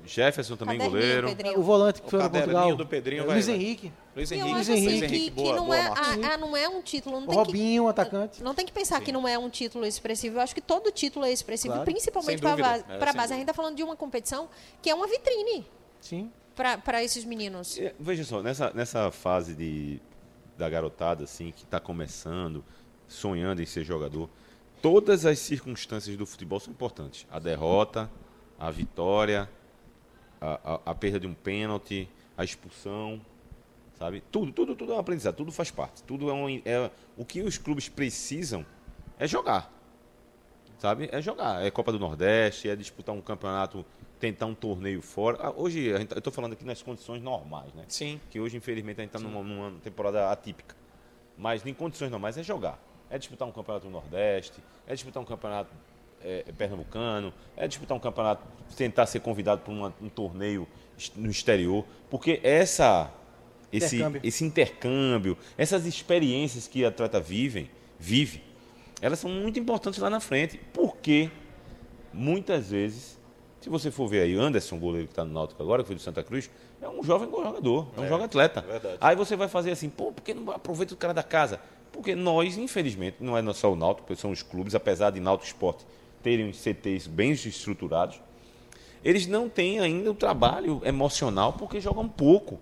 Speaker 5: Jefferson também,
Speaker 4: Caderninho,
Speaker 5: goleiro.
Speaker 4: Pedrinho.
Speaker 3: O volante que
Speaker 2: O
Speaker 3: foi para
Speaker 2: caderninho
Speaker 3: Portugal.
Speaker 2: do Pedrinho
Speaker 3: é,
Speaker 2: vai-
Speaker 3: Luiz
Speaker 2: vai.
Speaker 3: Henrique.
Speaker 2: Luiz
Speaker 4: E
Speaker 2: Henrique,
Speaker 4: eu
Speaker 3: Luiz
Speaker 4: acho assim
Speaker 2: Luiz
Speaker 4: que,
Speaker 2: Henrique,
Speaker 4: que
Speaker 2: boa,
Speaker 4: não,
Speaker 2: boa
Speaker 4: é,
Speaker 2: marca.
Speaker 4: ah, ah, não é um título, não
Speaker 3: O
Speaker 4: tem que
Speaker 3: Robinho, atacante.
Speaker 4: Não tem que pensar que não é um título expressivo. Eu acho que todo título é expressivo,
Speaker 3: Claro.
Speaker 4: principalmente
Speaker 2: Sem
Speaker 4: para
Speaker 2: dúvida. É,
Speaker 4: a
Speaker 2: sem
Speaker 4: base. A gente
Speaker 2: dúvida.
Speaker 4: está falando de uma competição que é uma vitrine
Speaker 3: Sim.
Speaker 4: para esses meninos.
Speaker 5: É, Veja só, nessa, nessa fase de, da garotada, assim, que está começando, sonhando em ser jogador, todas as circunstâncias do futebol são importantes. A derrota, a vitória, a, a- a perda de um pênalti, a expulsão, sabe? Tudo, tudo, tudo é um aprendizado, tudo faz parte. Tudo é um. É, o que os clubes precisam é jogar. Sabe? É jogar. É Copa do Nordeste, é disputar um campeonato, tentar um torneio fora. Ah, hoje, a gente, tá- eu estou falando aqui nas condições normais, né?
Speaker 2: Sim.
Speaker 5: que hoje, infelizmente, a gente está numa, numa temporada atípica. Mas em condições normais é jogar. É disputar um campeonato do Nordeste, é disputar um campeonato eh, pernambucano, é disputar um campeonato, tentar ser convidado para uma- um torneio est- no exterior. Porque essa, esse,
Speaker 3: Intercâmbio.
Speaker 5: esse intercâmbio, essas experiências que a atleta vivem, vive, elas são muito importantes lá na frente. Porque muitas vezes, se você for ver aí, Anderson, goleiro que está no Náutico agora, que foi do Santa Cruz, é um jovem jogador, é um jovem atleta.
Speaker 2: verdade.
Speaker 5: aí você vai fazer assim, pô, por que não aproveita o cara da casa? Porque nós, infelizmente, não é só o Náutico, porque são os clubes, apesar de Náutico Esporte terem os CTs bem estruturados, eles não têm ainda o trabalho emocional porque jogam pouco.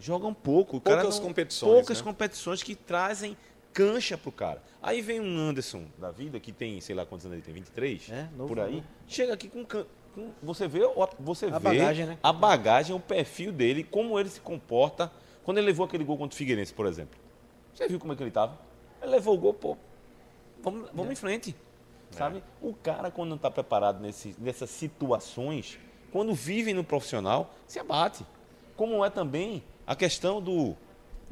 Speaker 5: Jogam pouco. O cara
Speaker 2: Poucas
Speaker 5: não-
Speaker 2: competições,
Speaker 5: Poucas
Speaker 2: né?
Speaker 5: competições que trazem cancha pro cara. Aí vem um Anderson da vida, que tem, sei lá quantos anos ele tem, 23?
Speaker 3: É, novo,
Speaker 5: por aí.
Speaker 3: novo.
Speaker 5: Chega aqui com, can- com- Você vê, o- você
Speaker 3: A
Speaker 5: vê
Speaker 3: bagagem, né?
Speaker 5: a bagagem, o perfil dele, como ele se comporta. Quando ele levou aquele gol contra o Figueirense, por exemplo. Você viu como é que ele tava? Ele levou o gol, pô, vamos,
Speaker 3: É.
Speaker 5: vamos em frente. Sabe? O cara, quando não está preparado nesse, nessas situações, quando vive no profissional, se abate. Como é também a questão do.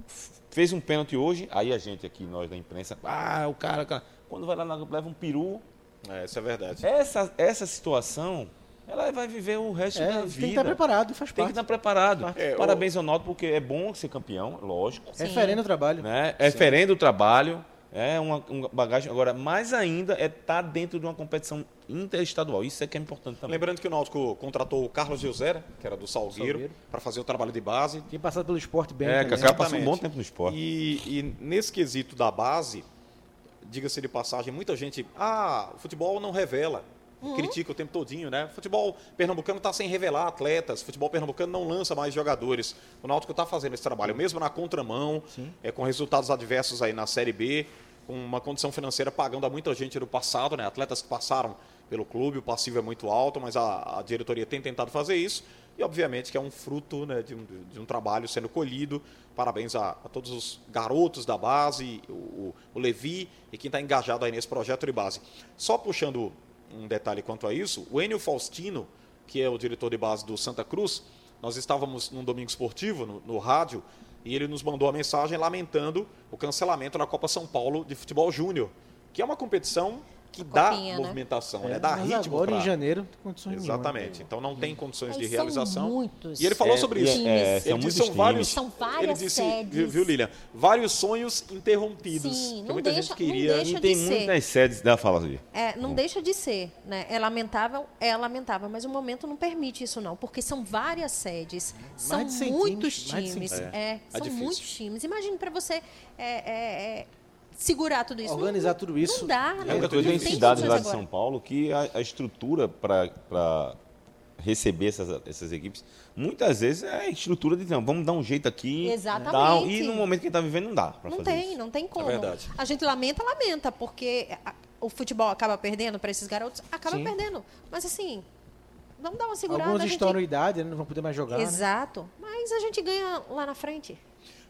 Speaker 5: f- Fez um pênalti hoje, aí a gente aqui, nós da imprensa, ah, o cara, cara. Quando vai lá, na- leva um peru.
Speaker 2: É, isso é verdade.
Speaker 5: Essa, essa situação ela vai viver o resto
Speaker 3: É,
Speaker 5: da
Speaker 3: tem
Speaker 5: vida.
Speaker 3: que estar preparado, faz
Speaker 5: Tem que
Speaker 3: parte.
Speaker 5: estar preparado.
Speaker 3: Parte.
Speaker 2: É, o-
Speaker 5: Parabéns ao Náutico, porque é bom ser campeão, lógico.
Speaker 4: Sim.
Speaker 3: Referendo o trabalho.
Speaker 5: Né? É referendo o trabalho, é uma, uma bagagem. Agora, mais ainda é estar dentro de uma competição interestadual. Isso é que é importante também.
Speaker 2: Lembrando que o Náutico contratou o Carlos José, né, que era do Salgueiro,
Speaker 3: Salgueiro.
Speaker 2: para fazer o trabalho de base.
Speaker 3: Tinha passado pelo esporte bem
Speaker 5: é, que
Speaker 3: também.
Speaker 5: a cara passou um
Speaker 2: Exatamente.
Speaker 5: bom tempo no esporte.
Speaker 2: E, e nesse quesito da base, diga-se de passagem, muita gente. Ah, o futebol não revela. Critica o tempo todinho, né? Futebol pernambucano está sem revelar atletas, futebol pernambucano não lança mais jogadores. O Náutico está fazendo esse trabalho, mesmo na contramão, é, com resultados adversos aí na Série B, com uma condição financeira pagando a muita gente do passado, né? Atletas que passaram pelo clube, o passivo é muito alto, mas a, a diretoria tem tentado fazer isso. E obviamente que é um fruto né, de, um, de um trabalho sendo colhido. Parabéns a, a todos os garotos da base, o, o- o Levi e quem está engajado aí nesse projeto de base. Só puxando um detalhe quanto a isso, o Enio Faustino, que é o diretor de base do Santa Cruz, nós estávamos num domingo esportivo, no, no rádio, e ele nos mandou a mensagem lamentando o cancelamento da Copa São Paulo de Futebol Júnior, que é uma competição que dá
Speaker 4: Copinha, né?
Speaker 2: movimentação,
Speaker 3: É,
Speaker 2: né? dá
Speaker 3: mas
Speaker 2: ritmo
Speaker 3: agora
Speaker 2: pra-
Speaker 3: em janeiro não tem condições né?
Speaker 2: Exatamente. Então não tem condições
Speaker 4: Aí
Speaker 2: de
Speaker 4: são
Speaker 2: realização.
Speaker 4: muitos.
Speaker 2: E ele falou
Speaker 5: É,
Speaker 2: sobre
Speaker 5: e
Speaker 2: isso.
Speaker 5: é, é,
Speaker 2: Ele
Speaker 5: são
Speaker 2: disse,
Speaker 5: muitos
Speaker 2: são
Speaker 5: times.
Speaker 2: vários,
Speaker 4: São várias
Speaker 2: ele disse,
Speaker 4: sedes.
Speaker 2: viu- Viu, Lilian? Vários sonhos interrompidos.
Speaker 4: Sim,
Speaker 2: que
Speaker 4: não
Speaker 2: muita
Speaker 4: deixa-
Speaker 2: gente
Speaker 4: não
Speaker 2: queria.
Speaker 4: deixa
Speaker 5: E tem
Speaker 4: de ser.
Speaker 5: muitas sedes da fala, Zulia.
Speaker 4: É, não deixa de ser, né? É lamentável, é lamentável, mas o momento não permite isso não, porque são várias sedes, são
Speaker 3: de 100
Speaker 4: muitos
Speaker 3: times, mais de 100
Speaker 4: times,
Speaker 3: times.
Speaker 4: é,
Speaker 2: é
Speaker 4: são
Speaker 2: difícil.
Speaker 4: muitos times. Imagina para você é, é, é, segurar tudo isso,
Speaker 3: Organizar
Speaker 4: Não-
Speaker 3: tudo
Speaker 4: não
Speaker 3: isso.
Speaker 4: dá, né?
Speaker 5: É
Speaker 4: não,
Speaker 5: outra coisa,
Speaker 4: tem
Speaker 5: tem cidades lá
Speaker 4: condições
Speaker 5: de
Speaker 4: agora.
Speaker 5: São Paulo que a, a estrutura para receber essas, essas equipes, muitas vezes é a estrutura de não, vamos dar um jeito aqui.
Speaker 4: Exatamente.
Speaker 5: tal, e no momento que está vivendo não dá para
Speaker 4: Não
Speaker 5: fazer
Speaker 4: tem,
Speaker 5: isso.
Speaker 4: não
Speaker 3: É
Speaker 4: tem como.
Speaker 2: verdade.
Speaker 4: A gente lamenta, lamenta, porque é, a- o futebol acaba perdendo para esses garotos, acaba
Speaker 3: Sim.
Speaker 4: perdendo. Mas assim, vamos dar uma segurada.
Speaker 3: Alguns
Speaker 4: a gente-
Speaker 3: estouram idade, né? não vão poder mais jogar. né?
Speaker 4: Exato, mas a gente ganha lá na frente.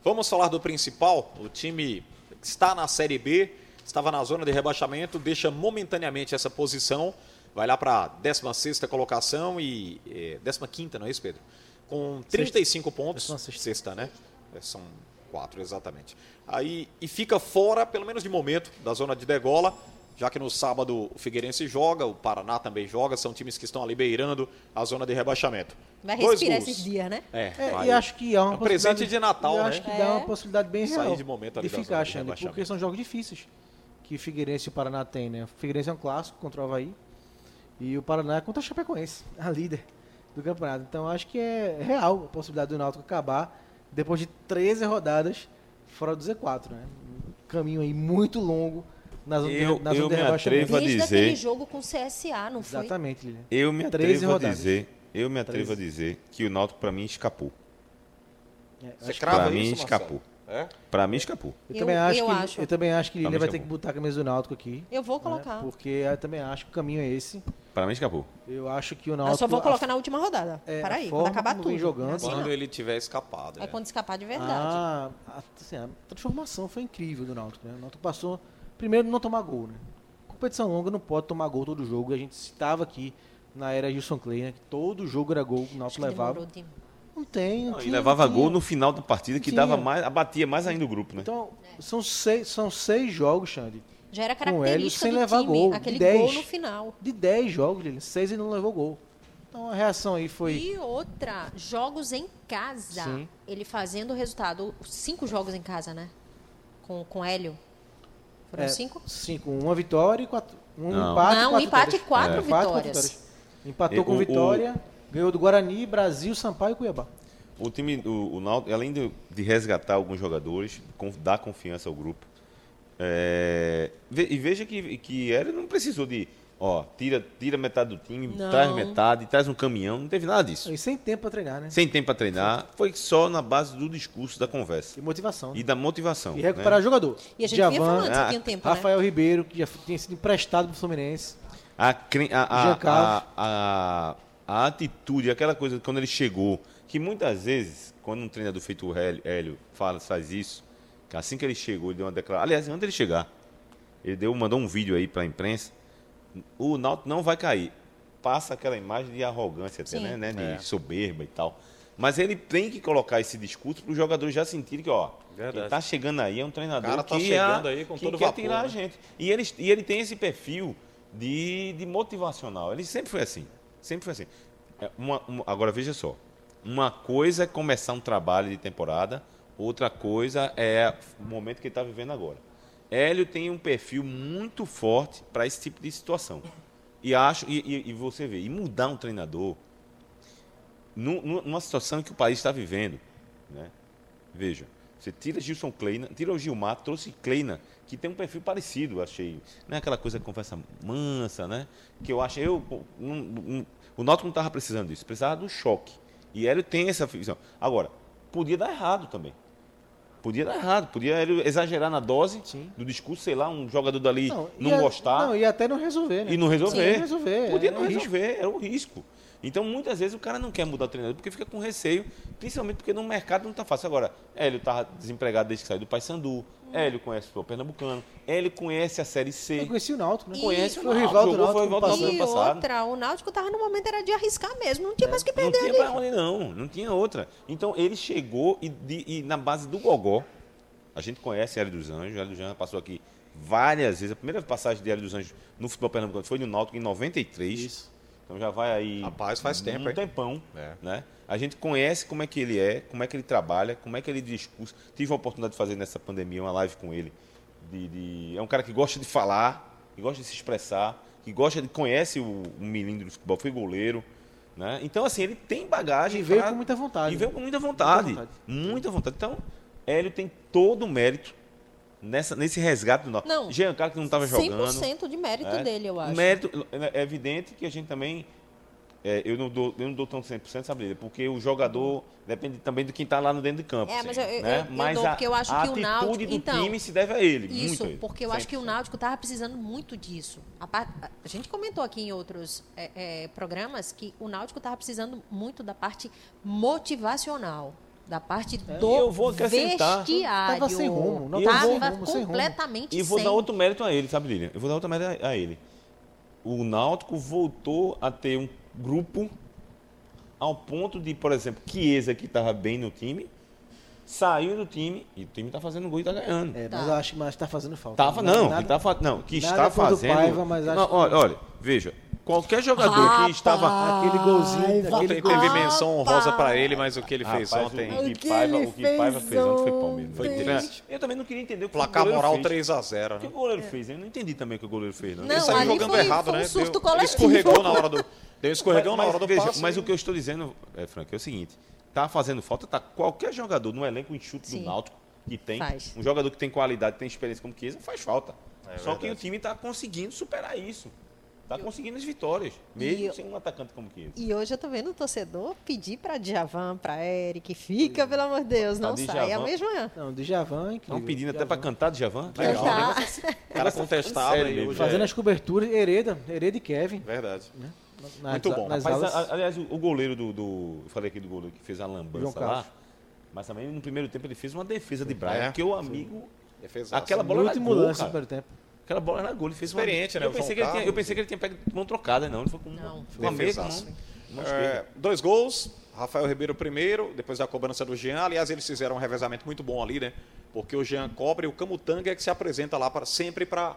Speaker 2: Vamos falar do principal. O time que está na Série B, estava na zona de rebaixamento, deixa momentaneamente essa posição, vai lá para a 16 colocação e. É, 15, não é isso, Pedro? Com 35 pontos.
Speaker 3: Décima sexta.
Speaker 2: Sexta, né? É, São quatro, exatamente. Aí, e fica fora, pelo menos de momento, da zona de degola, já que no sábado o Figueirense joga, o Paraná também joga, são times que estão ali beirando a zona de rebaixamento.
Speaker 4: Vai
Speaker 2: Dois
Speaker 4: respirar
Speaker 2: gols.
Speaker 4: esses dias, né?
Speaker 2: É,
Speaker 3: É,
Speaker 2: vai.
Speaker 3: e acho que há uma
Speaker 2: É um presente
Speaker 3: possibilidade-
Speaker 2: de Natal,
Speaker 3: eu
Speaker 2: né?
Speaker 3: acho que
Speaker 4: É.
Speaker 3: dá uma possibilidade bem
Speaker 2: Sair
Speaker 3: real
Speaker 2: de momento ali
Speaker 3: de
Speaker 2: da
Speaker 3: ficar
Speaker 2: zona de
Speaker 3: achando, porque
Speaker 2: rebaixamento.
Speaker 3: são jogos difíceis que Figueirense e o Paraná têm, né? O Figueirense é um clássico contra o Havaí e o Paraná é contra a Chapecoense, a líder do campeonato. Então acho que é real a possibilidade do Náutico acabar depois de 13 rodadas fora do Z4, né? Um caminho aí muito longo na zona, de-
Speaker 5: Eu-
Speaker 3: na zona
Speaker 5: eu
Speaker 3: de
Speaker 5: me
Speaker 3: rebaixamento.
Speaker 5: Vou
Speaker 4: Desde
Speaker 5: dizer-
Speaker 4: aquele jogo com CSA, não foi?
Speaker 3: Exatamente, Lilian.
Speaker 5: Eu me
Speaker 3: 13
Speaker 5: atrevo a
Speaker 3: rodadas.
Speaker 5: dizer, eu me atrevo a dizer que o Náutico para mim escapou.
Speaker 3: É,
Speaker 2: Você
Speaker 3: acho-
Speaker 2: crava
Speaker 5: pra mim,
Speaker 2: isso, Marcelo?
Speaker 5: escapou.
Speaker 2: É?
Speaker 5: Para mim escapou.
Speaker 3: eu,
Speaker 4: Eu-
Speaker 3: também acho
Speaker 4: eu
Speaker 3: que,
Speaker 4: acho.
Speaker 3: eu também acho que Lilian
Speaker 5: Também
Speaker 3: vai
Speaker 5: tá
Speaker 3: ter que
Speaker 5: bom.
Speaker 3: botar a camisa do Náutico aqui.
Speaker 4: Eu vou
Speaker 3: né?
Speaker 4: colocar.
Speaker 3: Porque eu também acho que o caminho é esse.
Speaker 5: Para mim escapou.
Speaker 3: Eu acho que o
Speaker 4: Eu
Speaker 3: Náutico...
Speaker 4: só vou
Speaker 3: a-
Speaker 4: colocar na última rodada.
Speaker 3: é,
Speaker 4: Para
Speaker 3: a
Speaker 4: aí, quando
Speaker 3: forma
Speaker 4: acabar
Speaker 3: como
Speaker 4: tudo.
Speaker 3: vem jogando,
Speaker 4: Assim,
Speaker 2: Quando
Speaker 4: não.
Speaker 2: ele tiver escapado.
Speaker 4: É
Speaker 2: né?
Speaker 4: quando escapar de verdade.
Speaker 3: Ah, a, assim, a transformação foi incrível do Náutico, né? O Náutico passou, primeiro, não tomar gol, né? Competição longa não pode tomar gol todo jogo. E a gente citava aqui na era Gilson Clay, né? Que todo jogo era gol que o
Speaker 4: Acho
Speaker 3: Náutico
Speaker 4: que
Speaker 3: levava.
Speaker 4: demorou demais.
Speaker 3: Não tem,
Speaker 4: Um
Speaker 3: não
Speaker 5: Não, e
Speaker 3: tinha,
Speaker 5: levava
Speaker 3: não
Speaker 5: gol
Speaker 3: tinha.
Speaker 5: no final da partida que
Speaker 3: Tinha.
Speaker 5: dava mais, abatia mais ainda o grupo, né?
Speaker 3: Então,
Speaker 4: É.
Speaker 3: são seis, são seis jogos, Xande.
Speaker 4: Já era
Speaker 3: Com o Hélio
Speaker 4: característica
Speaker 3: sem
Speaker 4: do
Speaker 3: levar
Speaker 4: time,
Speaker 3: gol.
Speaker 4: aquele
Speaker 3: de 10.
Speaker 4: gol no final.
Speaker 3: De dez jogos, Lilian, seis ele não levou gol. Então a reação aí foi...
Speaker 4: E outra, jogos em casa.
Speaker 3: Sim.
Speaker 4: Ele fazendo o resultado, cinco jogos em casa, né? Com, com Hélio. Foram
Speaker 3: é,
Speaker 4: cinco?
Speaker 3: Cinco. Uma vitória e quatro... Um
Speaker 5: Não.
Speaker 3: empate
Speaker 4: Não,
Speaker 3: e quatro
Speaker 4: empate
Speaker 3: vitórias.
Speaker 4: e
Speaker 3: É.
Speaker 4: quatro
Speaker 3: Empate e quatro
Speaker 4: vitórias.
Speaker 3: Empatou
Speaker 5: E
Speaker 3: com
Speaker 5: o- o-
Speaker 3: Vitória, ganhou do Guarani, Brasil, Sampaio e Cuiabá.
Speaker 5: O time, o, o Náutico, além de, de resgatar alguns jogadores, con- dar confiança ao grupo. é, ve- e veja que, que era não precisou de, ó, tira, tira metade do time,
Speaker 4: Não.
Speaker 5: traz metade, traz um caminhão, não teve nada disso.
Speaker 3: E sem tempo pra treinar, né?
Speaker 5: Sem tempo para treinar, foi só na base do discurso, da conversa
Speaker 3: E motivação.
Speaker 5: e
Speaker 3: né?
Speaker 5: da motivação.
Speaker 3: E, recuperar
Speaker 5: né?
Speaker 3: jogador.
Speaker 4: E a gente vinha
Speaker 3: Djavan,
Speaker 4: falando
Speaker 5: Ah,
Speaker 4: isso aqui um tempo, né?
Speaker 3: Rafael Ribeiro, que já tinha sido emprestado pro Fluminense.
Speaker 5: a, cre- a, a-
Speaker 3: Jean Carlos.
Speaker 5: a- a- a atitude, aquela coisa de quando ele chegou, que muitas vezes, quando um treinador feito o Hélio, Hélio fala, faz isso, que assim que ele chegou, ele deu uma declaração. Aliás, antes dele chegar, ele deu, mandou um vídeo aí para a imprensa. O Náutico não vai cair. Passa aquela imagem de arrogância, até,
Speaker 4: Sim.
Speaker 5: né? né? De
Speaker 2: É.
Speaker 5: soberba e tal. Mas ele tem que colocar esse discurso para os jogadores já sentirem que, ó,
Speaker 2: Verdade.
Speaker 5: quem tá chegando aí é um treinador
Speaker 2: cara tá
Speaker 5: que
Speaker 2: chegando
Speaker 5: a-
Speaker 2: aí com
Speaker 5: que
Speaker 2: todo
Speaker 5: quer
Speaker 2: vapor,
Speaker 5: tirar a
Speaker 2: né?
Speaker 5: gente. E ele, e ele tem esse perfil de, de motivacional. Ele sempre foi assim. Sempre foi assim. É, uma- uma- agora veja só. Uma coisa é começar um trabalho de temporada, outra coisa é o momento que ele está vivendo agora. Hélio tem um perfil muito forte para esse tipo de situação. E acho, e, e- e você vê, e mudar um treinador nu- nu- numa situação que o país está vivendo, né? Veja, você tira Gilson Kleina, tira o Gilmar, trouxe Kleina, que tem um perfil parecido, eu achei. Não é aquela coisa conversa mansa, né? Que eu acho, eu, pô, não- não- o Náutico não estava precisando disso, precisava do choque. E Hélio tem essa visão. Agora, podia dar errado também. Podia dar errado, podia Hélio exagerar na dose do discurso, sei lá, um jogador dali não,
Speaker 3: e a-
Speaker 5: gostar
Speaker 3: Não, e até não resolver, né?
Speaker 5: e não resolver.
Speaker 3: Sim, resolver.
Speaker 5: Podia
Speaker 3: é
Speaker 5: não
Speaker 3: um risco.
Speaker 5: resolver, era o risco. Então, muitas vezes, o cara não quer mudar o treinador porque fica com receio, principalmente porque no mercado não está fácil. Agora, Hélio estava desempregado desde que saiu do Paysandu, Hélio conhece o Pernambucano, Hélio conhece a Série
Speaker 3: Eu
Speaker 5: C.
Speaker 3: conheci o Náutico, né?
Speaker 4: E-
Speaker 5: Conhece o
Speaker 3: Foi o
Speaker 5: Náutico,
Speaker 3: rival do
Speaker 5: jogou, foi o
Speaker 3: Náutico.
Speaker 5: rival
Speaker 3: no passado.
Speaker 5: do Náutico.
Speaker 4: E
Speaker 5: passado.
Speaker 4: outra, o Náutico tava no momento era de arriscar mesmo, não tinha mais que
Speaker 5: Não
Speaker 4: perder
Speaker 5: tinha
Speaker 4: ali.
Speaker 5: pra onde não, não tinha outra. Então ele chegou e, de- e na base do Gogó, a gente conhece Hélio dos Anjos, Hélio dos Anjos passou aqui várias vezes. A primeira passagem de Hélio dos Anjos no futebol pernambucano foi no Náutico em 93. Então já vai aí.
Speaker 2: Rapaz, faz tempo,
Speaker 5: Um
Speaker 2: hein?
Speaker 5: tempão.
Speaker 2: É.
Speaker 5: Né? A gente conhece como é que ele é, como é que ele trabalha, como é que ele discursa. Tive a oportunidade de fazer nessa pandemia uma live com ele. de- de- É um cara que gosta de falar, que gosta de se expressar, que gosta de. conhece o, o menino do futebol, foi goleiro. Né? Então, assim, ele tem bagagem.
Speaker 3: E veio
Speaker 5: pra-
Speaker 3: com muita vontade.
Speaker 5: E veio com muita vontade.
Speaker 3: Muita
Speaker 5: Muita
Speaker 3: vontade.
Speaker 5: vontade. Então, Hélio tem todo o mérito nessa, nesse resgate do nosso.
Speaker 4: Não.
Speaker 5: Jean, cara que não estava jogando.
Speaker 4: 100% de mérito
Speaker 5: É.
Speaker 4: dele, eu acho.
Speaker 5: Mérito, é evidente que a gente também. é, eu, não dou, eu não dou tão 100%, sabe, Lívia? Porque o jogador depende também de quem está lá no dentro de campo.
Speaker 4: É, mas eu- eu-
Speaker 5: né?
Speaker 4: eu- eu dou, porque eu acho
Speaker 5: a
Speaker 4: que o
Speaker 5: atitude
Speaker 4: Náutico-
Speaker 5: do
Speaker 4: então,
Speaker 5: time se deve a ele.
Speaker 4: Isso,
Speaker 5: muito a ele,
Speaker 4: porque eu acho que o
Speaker 5: 100%.
Speaker 4: Náutico estava precisando muito disso. A, par- a- a gente comentou aqui em outros é, é, programas que o Náutico estava precisando muito da parte motivacional, da parte do
Speaker 5: eu vou acrescentar.
Speaker 4: vestiário.
Speaker 3: Tava sem rumo, não
Speaker 4: Tava
Speaker 3: tava sem rumo, sem rumo.
Speaker 4: completamente
Speaker 5: E vou
Speaker 4: sem.
Speaker 5: dar outro mérito a ele, sabe, Lilian? Eu vou dar outro mérito a, a ele. O Náutico voltou a ter um grupo ao ponto de, por exemplo, Chiesa, que estava bem no time, saiu do time e o time está fazendo gol e está ganhando.
Speaker 3: É, mas eu acho que mas tá fazendo falta.
Speaker 5: Tava, não,
Speaker 3: Nada-
Speaker 5: que tá fa- não, que
Speaker 3: nada
Speaker 5: está
Speaker 3: contra o
Speaker 5: fazendo.
Speaker 3: Paiva, mas acho
Speaker 5: Não,
Speaker 3: que-
Speaker 5: olha, olha, veja, qualquer jogador que estava.
Speaker 3: tá
Speaker 4: Ah,
Speaker 3: Aquele golzinho,
Speaker 2: Ontem
Speaker 3: aquele
Speaker 2: teve
Speaker 3: golzinho.
Speaker 2: menção honrosa pra ele, mas o que ele fez
Speaker 5: Rapaz,
Speaker 2: ontem.
Speaker 5: O
Speaker 4: O
Speaker 5: que
Speaker 4: que
Speaker 5: Paiva,
Speaker 4: ele
Speaker 5: o que Paiva
Speaker 4: fez
Speaker 5: fez ontem foi Palmeiras.
Speaker 2: Foi
Speaker 5: né?
Speaker 2: triste.
Speaker 5: Eu também não queria entender o que o
Speaker 2: Placar
Speaker 5: goleiro
Speaker 2: moral
Speaker 5: fez.
Speaker 2: 3x0,
Speaker 5: O que o
Speaker 2: né?
Speaker 5: goleiro fez? Eu não entendi também o que o goleiro fez, não.
Speaker 4: Não,
Speaker 2: ele saiu
Speaker 4: ali
Speaker 2: jogando
Speaker 4: foi-
Speaker 2: errado,
Speaker 4: foi um
Speaker 2: né?
Speaker 4: surto
Speaker 2: deu, ele
Speaker 4: coletivo.
Speaker 2: escorregou na hora do. Deu um escorregão
Speaker 5: Mas-
Speaker 2: na hora do
Speaker 5: veja,
Speaker 2: passe.
Speaker 5: Mas o que eu estou dizendo, é, Frank, é o seguinte: tá fazendo falta, tá qualquer jogador no elenco enxuto do
Speaker 4: Sim.
Speaker 5: Náutico que tem,
Speaker 4: Faz.
Speaker 5: um jogador que tem qualidade, tem experiência como Chiesa, faz falta. Só
Speaker 2: É verdade.
Speaker 5: que o time está conseguindo superar isso. Está conseguindo as vitórias, mesmo
Speaker 4: eu-
Speaker 5: sem um atacante como Chiesa.
Speaker 4: E hoje eu tô vendo o torcedor pedir pra Djavan, pra Eric, fica, pelo amor de Deus,
Speaker 5: Tá,
Speaker 4: não sai. É a
Speaker 5: Djavan-
Speaker 4: mesma.
Speaker 3: Não, Djavan é incrível.
Speaker 5: Estão pedindo Tá um até
Speaker 3: Djavan.
Speaker 5: para cantar de Javan.
Speaker 4: Legal. Tá.
Speaker 2: O cara contestava
Speaker 5: Sério
Speaker 2: e
Speaker 5: mesmo.
Speaker 2: hoje.
Speaker 3: Fazendo
Speaker 2: é-
Speaker 3: as coberturas, Hereda, Hereda e Kevin.
Speaker 2: Verdade.
Speaker 3: nas-
Speaker 2: Muito bom.
Speaker 3: Nas
Speaker 5: Mas,
Speaker 3: aulas.
Speaker 5: a- aliás, o o goleiro do, do- Eu falei aqui do goleiro que fez a
Speaker 3: João
Speaker 5: lambança
Speaker 3: Carlos.
Speaker 5: lá. Mas também no primeiro tempo ele fez uma defesa de
Speaker 2: Ah, é?
Speaker 5: Brian, que o amigo.
Speaker 2: Defesaço.
Speaker 5: Aquela
Speaker 3: no
Speaker 5: bola era
Speaker 3: último
Speaker 5: gol,
Speaker 3: lance do
Speaker 5: cara.
Speaker 3: primeiro tempo.
Speaker 5: Aquela bola era gol, ele fez uma-
Speaker 2: Experiente, né,
Speaker 5: Eu
Speaker 2: o
Speaker 5: pensei,
Speaker 2: João
Speaker 5: que ele, tinha, eu
Speaker 2: Carlos.
Speaker 5: pensei que ele tinha pego mão trocada, não. Ele foi com uma-
Speaker 4: Não.
Speaker 5: com uma meia, com
Speaker 2: Defesaço.
Speaker 5: mão- mão
Speaker 2: É,
Speaker 5: esquerda.
Speaker 2: dois gols, Rafael Ribeiro primeiro, depois da cobrança do Jean. Aliás, eles fizeram um revezamento muito bom ali, né? Porque o Jean cobre e o Camutanga é que se apresenta lá para sempre para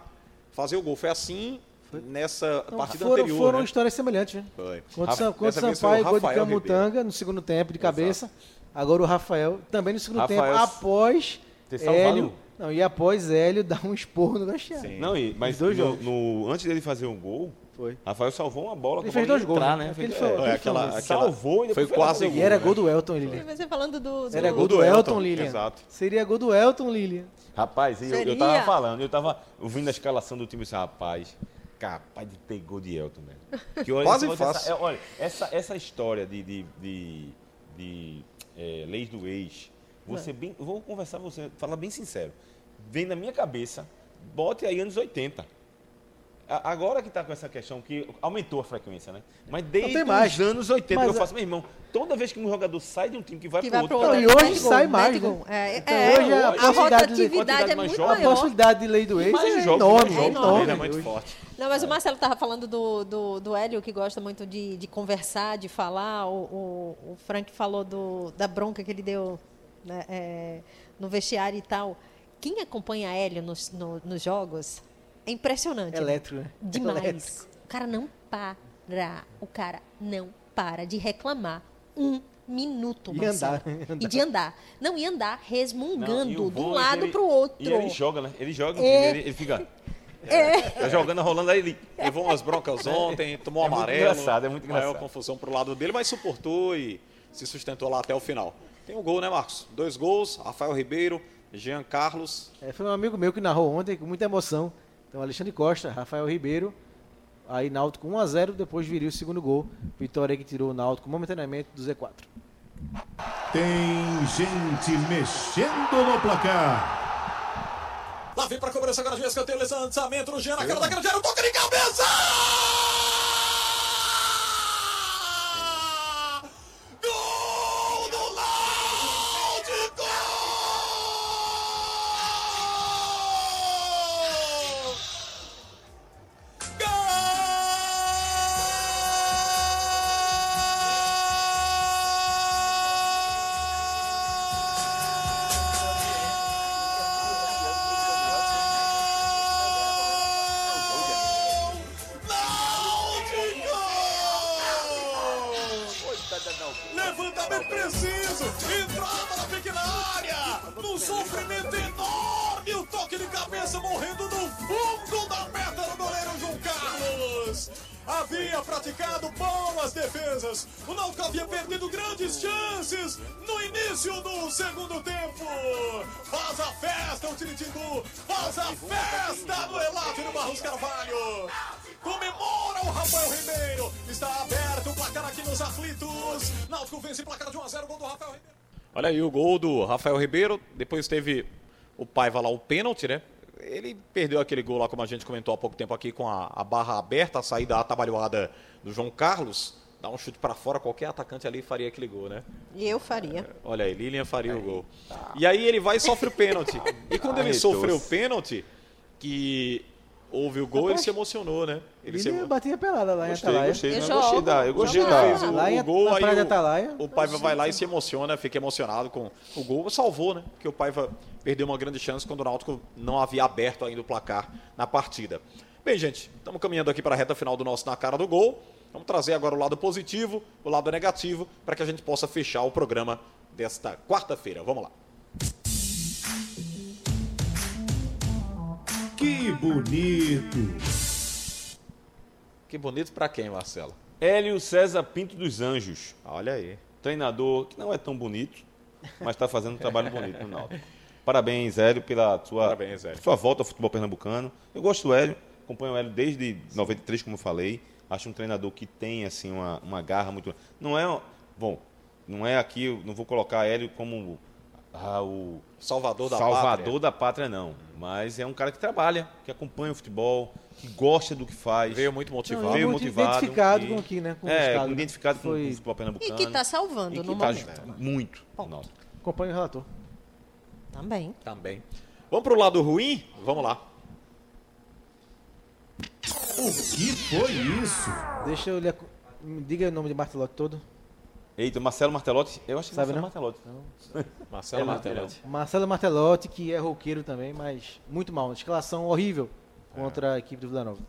Speaker 2: fazer o gol. Foi assim nessa
Speaker 3: Então,
Speaker 2: partida
Speaker 3: foram
Speaker 2: anterior,
Speaker 3: foram
Speaker 2: né?
Speaker 3: histórias semelhantes, né?
Speaker 2: Foi.
Speaker 3: Contra o Sam-
Speaker 2: Rafa-
Speaker 3: contra
Speaker 2: dessa
Speaker 3: o
Speaker 2: vez foi o
Speaker 3: Sampaio, gol de
Speaker 2: Rafael Ribeiro.
Speaker 3: Camutanga no segundo tempo, de cabeça. Agora o Rafael, também no segundo
Speaker 5: Rafael
Speaker 3: tempo, após
Speaker 5: ter salvado.
Speaker 3: Hélio. Não, e após Hélio dar um esporro no Gastiano.
Speaker 2: Sim.
Speaker 5: Não, e, mas
Speaker 3: Os dois
Speaker 5: no-
Speaker 3: jogos.
Speaker 5: no- antes dele fazer um gol,
Speaker 3: Foi.
Speaker 5: Rafael salvou uma bola.
Speaker 3: Ele
Speaker 5: que a
Speaker 3: fez
Speaker 5: bola
Speaker 3: dois
Speaker 5: ia
Speaker 3: gols.
Speaker 5: entrar,
Speaker 3: né?
Speaker 5: né? Foi-
Speaker 3: Aquele foi,
Speaker 5: é,
Speaker 3: aquele
Speaker 2: aquela-
Speaker 3: foi-
Speaker 2: aquela-
Speaker 5: Salvou e
Speaker 2: foi
Speaker 5: depois foi lá
Speaker 2: quase
Speaker 5: fazer o
Speaker 3: E era
Speaker 2: né?
Speaker 3: gol do Elton, Lilian.
Speaker 4: Você falando do. do-
Speaker 3: Era gol do Elton, Lilian.
Speaker 5: exato.
Speaker 3: Seria gol do Elton, Lilian.
Speaker 5: Rapaz, eu, eu
Speaker 4: Seria?
Speaker 5: tava falando, eu tava ouvindo a escalação do time e disse, rapaz, capaz de ter gol de Elton, velho. Que olha,
Speaker 2: Quase
Speaker 5: essa-
Speaker 2: fácil.
Speaker 5: é, olha, essa, essa história de, de, de, de, é, leis do ex, você bem, eu vou conversar com você, falar bem sincero. Vem na minha cabeça, bote aí anos 80. A- Agora que tá com essa questão que aumentou a frequência, né? Mas desde
Speaker 3: tem mais.
Speaker 5: os anos 80 que
Speaker 3: Mas
Speaker 5: eu
Speaker 3: a-
Speaker 5: faço, meu irmão, toda vez que um jogador sai de um time que vai
Speaker 4: Que
Speaker 5: pro
Speaker 4: vai
Speaker 5: outro,
Speaker 4: pro outro.
Speaker 3: Não, e hoje
Speaker 4: Mete
Speaker 3: sai
Speaker 4: gol,
Speaker 3: mais,
Speaker 4: mete
Speaker 3: né?
Speaker 4: gol. É,
Speaker 3: Então,
Speaker 4: é,
Speaker 3: hoje a
Speaker 4: a,
Speaker 3: possibilidade-
Speaker 4: rotatividade
Speaker 5: quantidade
Speaker 4: é
Speaker 5: mais
Speaker 4: muito
Speaker 5: jovens.
Speaker 3: A
Speaker 4: maior.
Speaker 3: possibilidade de lei do ex
Speaker 5: Mais
Speaker 3: é
Speaker 5: jogos, né?
Speaker 3: enorme,
Speaker 5: mais
Speaker 3: é
Speaker 4: jogos,
Speaker 3: enorme.
Speaker 2: Ele é muito forte.
Speaker 4: Não, mas o Marcelo estava falando do, do, do Hélio, que gosta muito de, de conversar, de falar. O, o, o Frank falou do, da bronca que ele deu né, é, no vestiário e tal. Quem acompanha Hélio nos, no- nos jogos é impressionante. né?
Speaker 3: Elétrico, né?
Speaker 4: Demais.
Speaker 3: Elétrico.
Speaker 4: O cara não para. parar. O cara não para de reclamar um minuto,
Speaker 3: E
Speaker 4: Marcelo.
Speaker 3: andar, e andar.
Speaker 4: E de andar. Não, e andar resmungando
Speaker 5: Não, e o
Speaker 4: de um
Speaker 5: bom é que
Speaker 4: lado
Speaker 5: ele-
Speaker 4: pro outro.
Speaker 5: E ele joga, né? Ele joga,
Speaker 4: É.
Speaker 5: ele, ele fica. É. Tá jogando, rolando aí ele.
Speaker 2: Levou umas broncas ontem, tomou
Speaker 5: É muito
Speaker 2: amarelo.
Speaker 5: engraçado, é muito
Speaker 2: Maior
Speaker 5: engraçado.
Speaker 2: confusão pro lado dele, mas suportou e se sustentou lá até o final. Tem um gol, né, Marcos? Dois gols, Rafael Ribeiro, Jean Carlos.
Speaker 3: É, foi um amigo meu que narrou ontem com muita emoção. Então, Alexandre Costa, Rafael Ribeiro. Aí Náutico 1 a 0 depois viria o segundo gol. Vitória que tirou o Náutico momentaneamente do Z4.
Speaker 1: Tem gente mexendo no placar.
Speaker 2: Lá vem pra cobrança agora, Juiz, que eu tenho lançamento no Jean, na cara da grande área, toque de cabeça! Gol do Náutico! Levantamento preciso, entrada na pequena área, num sofrimento enorme, o toque de cabeça morrendo no fundo da meta do goleiro João Carlos. Havia praticado boas defesas, o Náutico havia perdido grandes chances no início do segundo tempo. Faz a festa o Tiritingu, faz a festa do Elate do Barros Carvalho. Comemora o Rafael Ribeiro, está aberto o placar aqui nos aflitos. Náutico vence placar de 1 a 0 gol do Rafael Ribeiro. Olha aí o gol do Rafael Ribeiro. Depois teve o Paiva lá, o pênalti, né? Ele perdeu aquele gol lá, como a gente comentou há pouco tempo aqui, com a, a barra aberta, a saída atabalhoada do João Carlos. Dá um chute pra fora, qualquer atacante ali faria aquele gol, né?
Speaker 4: E eu faria.
Speaker 2: Olha aí, Lilian faria o gol. E aí ele vai e sofre o pênalti. E quando ele
Speaker 5: Ai,
Speaker 2: sofreu o
Speaker 5: doce.
Speaker 2: pênalti, que houve o gol, ele se emocionou, né? Ele se
Speaker 3: Ele
Speaker 2: emo-
Speaker 3: batia pelada lá em
Speaker 5: Gostei,
Speaker 3: Atalaia.
Speaker 5: gostei.
Speaker 4: Eu
Speaker 2: é
Speaker 5: né? gostei
Speaker 4: jogo, é
Speaker 5: da. Eu gostei
Speaker 4: jogo.
Speaker 5: da.
Speaker 4: Fez
Speaker 2: o,
Speaker 3: Lá em-
Speaker 2: o gol,
Speaker 3: na
Speaker 2: aí
Speaker 3: Praia de
Speaker 2: o-
Speaker 3: Atalaia.
Speaker 2: o, Paiva vai lá e se emociona, fica emocionado com o gol, salvou, né? Porque o Paiva perdeu uma grande chance quando o Náutico não havia aberto ainda o placar na partida. Bem, gente, estamos caminhando aqui para a reta final do nosso Na Cara do Gol. Vamos trazer agora o lado positivo, o lado negativo, para que a gente possa fechar o programa desta quarta-feira. Vamos lá.
Speaker 1: Que bonito.
Speaker 2: Que bonito para quem, Marcelo?
Speaker 5: Hélio César Pinto dos Anjos.
Speaker 2: Olha aí.
Speaker 5: treinador que não é tão bonito, mas está fazendo um trabalho bonito no Náutico. Parabéns, Hélio, pela sua,
Speaker 2: Parabéns, Hélio.
Speaker 5: sua volta ao futebol pernambucano. Eu gosto do Hélio, acompanho o Hélio desde 93, como eu falei. Acho um treinador que tem assim uma, uma garra muito. Não é, bom, não é aqui, eu não vou colocar Hélio como ah, o
Speaker 2: Salvador da
Speaker 5: salvador
Speaker 2: pátria.
Speaker 5: da pátria não, mas é um cara que trabalha, que acompanha o futebol, que gosta do que faz.
Speaker 2: Veio muito motivado.
Speaker 3: Não, e
Speaker 5: veio
Speaker 3: muito
Speaker 5: motivado
Speaker 3: identificado
Speaker 5: e-
Speaker 3: com aqui, né? Com o
Speaker 5: é,
Speaker 3: buscado, né?
Speaker 5: identificado com,
Speaker 3: Foi-
Speaker 5: com o futebol pernambucano.
Speaker 4: E que está salvando
Speaker 5: É, e
Speaker 4: no
Speaker 5: que tá
Speaker 4: momento.
Speaker 5: muito.
Speaker 4: Ponto.
Speaker 5: Náutico.
Speaker 3: Acompanha o relator.
Speaker 4: Também.
Speaker 2: Também. Vamos pro lado ruim? Vamos lá.
Speaker 1: O que foi isso?
Speaker 3: Deixa eu lhe... acu- Me diga o nome de Martelotti todo.
Speaker 5: Eita, Marcelo Martelotti. Eu acho que
Speaker 3: Sabe
Speaker 5: Marcelo
Speaker 3: não?
Speaker 5: Martelotti.
Speaker 2: Marcelo
Speaker 5: É,
Speaker 2: Martelotti.
Speaker 3: Marcelo Martelotti, que é roqueiro também, mas muito mal. Escalação horrível contra a equipe do Vila Nova.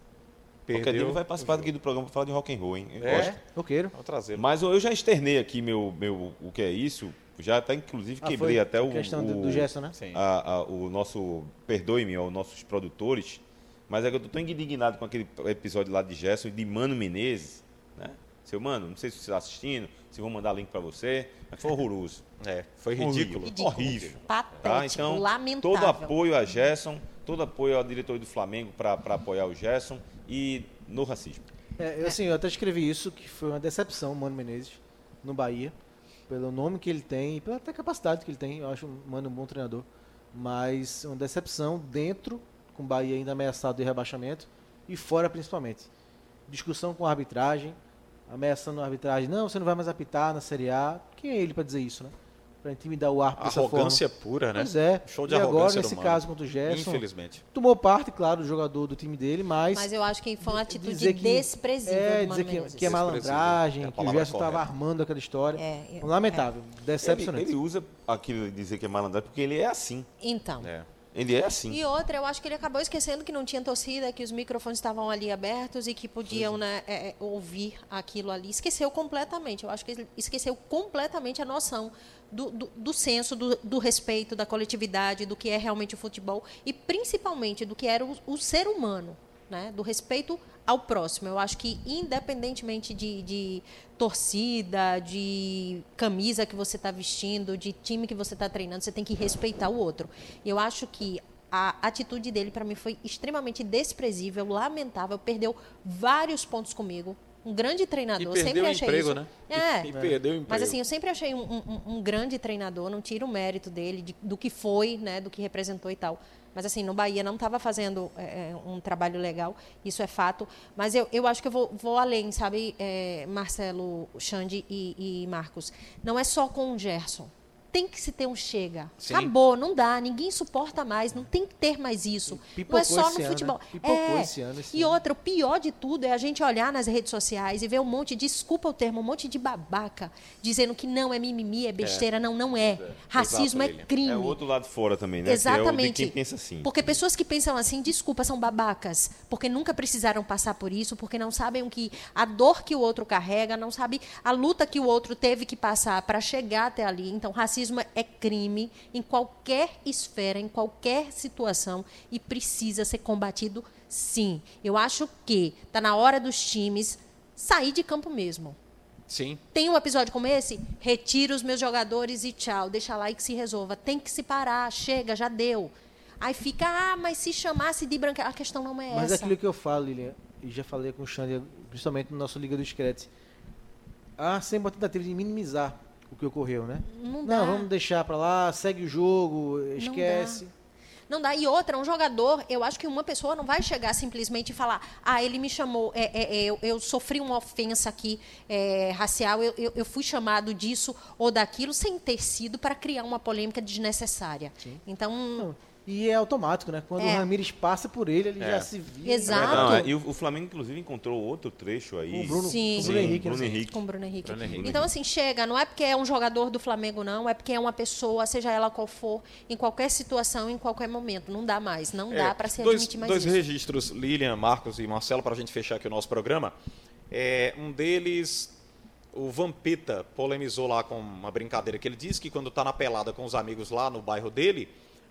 Speaker 5: Qualquer dia ele vai participar
Speaker 2: o jogo.
Speaker 5: aqui do programa para falar de rock and roll, hein? Eu
Speaker 2: É?
Speaker 5: gosto.
Speaker 3: Roqueiro.
Speaker 2: Vamos trazer.
Speaker 5: Mas eu já externei aqui meu, meu o que é isso. Já até inclusive
Speaker 3: Ah,
Speaker 5: quebrei
Speaker 3: foi
Speaker 5: até o
Speaker 3: questão do-
Speaker 5: o,
Speaker 3: do Gerson, né?
Speaker 2: Sim.
Speaker 5: a- a- o nosso perdoe-me aos nossos produtores, mas é que eu tô tão indignado com aquele episódio lá de Gerson e de Mano Menezes, né? Seu mano, não sei se você está assistindo, se vou mandar link para você, mas foi horroroso.
Speaker 2: É, foi ridículo.
Speaker 5: Ridículo. Horrível.
Speaker 4: Patético.
Speaker 5: Tá? Então,
Speaker 4: É, tipo, lamentável.
Speaker 5: todo apoio a Gerson, todo apoio à diretoria do Flamengo para apoiar o Gerson e no racismo.
Speaker 3: É, eu, assim, eu até escrevi isso, que foi uma decepção, Mano Menezes, no Bahia, pelo nome que ele tem e pela até capacidade que ele tem. Eu acho o Mano um bom treinador. Mas uma decepção dentro, com o Bahia ainda ameaçado de rebaixamento, e fora principalmente. Discussão com a arbitragem, ameaçando a arbitragem, não, você não vai mais apitar na Série A. Quem é ele para dizer isso, né? Para intimidar o árbitro dessa forma.
Speaker 2: Arrogância pura, né?
Speaker 3: Pois é.
Speaker 2: Show de
Speaker 3: e
Speaker 2: arrogância
Speaker 3: agora,
Speaker 2: do
Speaker 3: nesse
Speaker 2: Mano.
Speaker 3: caso um contra o Gerson,
Speaker 2: Infelizmente.
Speaker 3: tomou parte, claro, do jogador do time dele, mas...
Speaker 4: Mas eu acho que foi uma atitude
Speaker 3: dizer que-
Speaker 4: desprezível
Speaker 3: É,
Speaker 4: do Mano
Speaker 3: dizer que,
Speaker 4: Menezes.
Speaker 3: que é
Speaker 2: Desprezível.
Speaker 3: malandragem,
Speaker 2: É a
Speaker 3: que o
Speaker 2: palavra
Speaker 3: Gerson estava
Speaker 2: correta.
Speaker 3: armando aquela história.
Speaker 4: É, eu-
Speaker 3: Lamentável, decepcionante.
Speaker 5: Ele, ele usa aquilo de dizer que é malandragem porque ele é assim.
Speaker 4: Então,
Speaker 2: É.
Speaker 5: Ele Ele é assim.
Speaker 4: E outra, eu acho que ele acabou esquecendo que não tinha torcida, que os microfones estavam ali abertos e que podiam né, é, é, ouvir aquilo ali. Esqueceu completamente. Eu acho que ele esqueceu completamente a noção do, do, do senso, do, do respeito, da coletividade, do que é realmente o futebol e principalmente do que era o, o ser humano. Né, do respeito ao próximo. Eu acho que, independentemente de, de torcida, de camisa que você está vestindo, de time que você está treinando, você tem que respeitar o outro. E eu acho que a atitude dele, para mim, foi extremamente desprezível, lamentável, perdeu vários pontos comigo. Um grande treinador,
Speaker 2: E perdeu
Speaker 4: sempre
Speaker 2: o
Speaker 4: achei
Speaker 2: emprego,
Speaker 4: isso.
Speaker 2: né?
Speaker 4: É.
Speaker 2: E perdeu o emprego.
Speaker 4: Mas assim, eu sempre achei um, um- um- um grande treinador, não tiro o mérito dele, de- do que foi, né, do que representou e tal. Mas assim, no Bahia não estava fazendo é, é, um trabalho legal, isso é fato. Mas eu, eu acho que eu vou, vou além, sabe, é, Marcelo, Xande e, e Marcos. Não é só com o Gerson. Tem que se ter um chega.
Speaker 2: Sim.
Speaker 4: Acabou, não dá, ninguém suporta mais, não tem que ter mais
Speaker 3: E
Speaker 4: isso. Não é
Speaker 3: pipocou
Speaker 4: só
Speaker 3: esse
Speaker 4: no
Speaker 3: ano,
Speaker 4: futebol.
Speaker 3: né? Pipocou
Speaker 4: é.
Speaker 3: esse ano, esse
Speaker 4: e
Speaker 3: ano.
Speaker 4: outra, o pior de tudo é a gente olhar nas redes sociais e ver um monte, desculpa o termo, um monte de babaca dizendo que não é mimimi, é besteira. Não, não é.
Speaker 2: Exato,
Speaker 4: Racismo é
Speaker 2: Lilian.
Speaker 4: crime.
Speaker 5: É o outro lado fora também, né? Que É o de
Speaker 4: Exatamente.
Speaker 5: quem pensa assim.
Speaker 4: Porque pessoas que pensam assim, desculpa, são babacas, porque nunca precisaram passar por isso, porque não sabem o que a dor que o outro carrega, não sabe a luta que o outro teve que passar para chegar até ali. Então, racismo é crime em qualquer esfera, em qualquer situação e precisa ser combatido sim. Eu acho que tá na hora dos times sair de campo mesmo.
Speaker 2: Sim.
Speaker 4: Tem um episódio como esse? Retira os meus jogadores e tchau. Deixa lá e que se resolva. Tem que se parar. Chega, já deu. Aí fica, ah, mas se chamasse de branca. A questão não é
Speaker 3: Mas é
Speaker 4: essa.
Speaker 3: aquilo que eu falo, Lilian, e já falei com o Xande, principalmente no nosso Liga do Scratch, há sempre uma tentativa de minimizar o que ocorreu, né?
Speaker 4: Não dá.
Speaker 3: Não, vamos deixar pra lá, segue o jogo, esquece.
Speaker 4: Não dá. E outra, um jogador, eu acho que uma pessoa não vai chegar simplesmente e falar, ah, ele me chamou, é, é, é, eu, eu sofri uma ofensa aqui é, racial, eu, eu, eu fui chamado disso ou daquilo, sem ter sido para criar uma polêmica desnecessária. Então,
Speaker 3: Não, E é automático, né? Quando
Speaker 4: É.
Speaker 3: o Ramires passa por ele, ele
Speaker 2: É.
Speaker 3: já se vira.
Speaker 4: Exato.
Speaker 5: Não, é, e o o Flamengo, inclusive, encontrou outro trecho aí.
Speaker 3: O Bruno,
Speaker 4: Sim.
Speaker 3: o Bruno Henrique.
Speaker 5: Bruno
Speaker 3: né?
Speaker 5: Henrique.
Speaker 4: Com Bruno Henrique.
Speaker 2: Bruno Henrique.
Speaker 4: Então, assim, chega. Não é porque é um jogador do Flamengo, não. É porque é uma pessoa, seja ela qual for, em qualquer situação, em qualquer momento. Não dá mais. Não
Speaker 2: É,
Speaker 4: dá para se
Speaker 2: dois,
Speaker 4: admitir mais
Speaker 2: dois
Speaker 4: isso.
Speaker 2: registros, Lilian, Marcos e Marcelo, para a gente fechar aqui o nosso programa. É, um deles, o Vampeta, polemizou lá com uma brincadeira que ele disse que quando está na pelada com os amigos lá no bairro dele,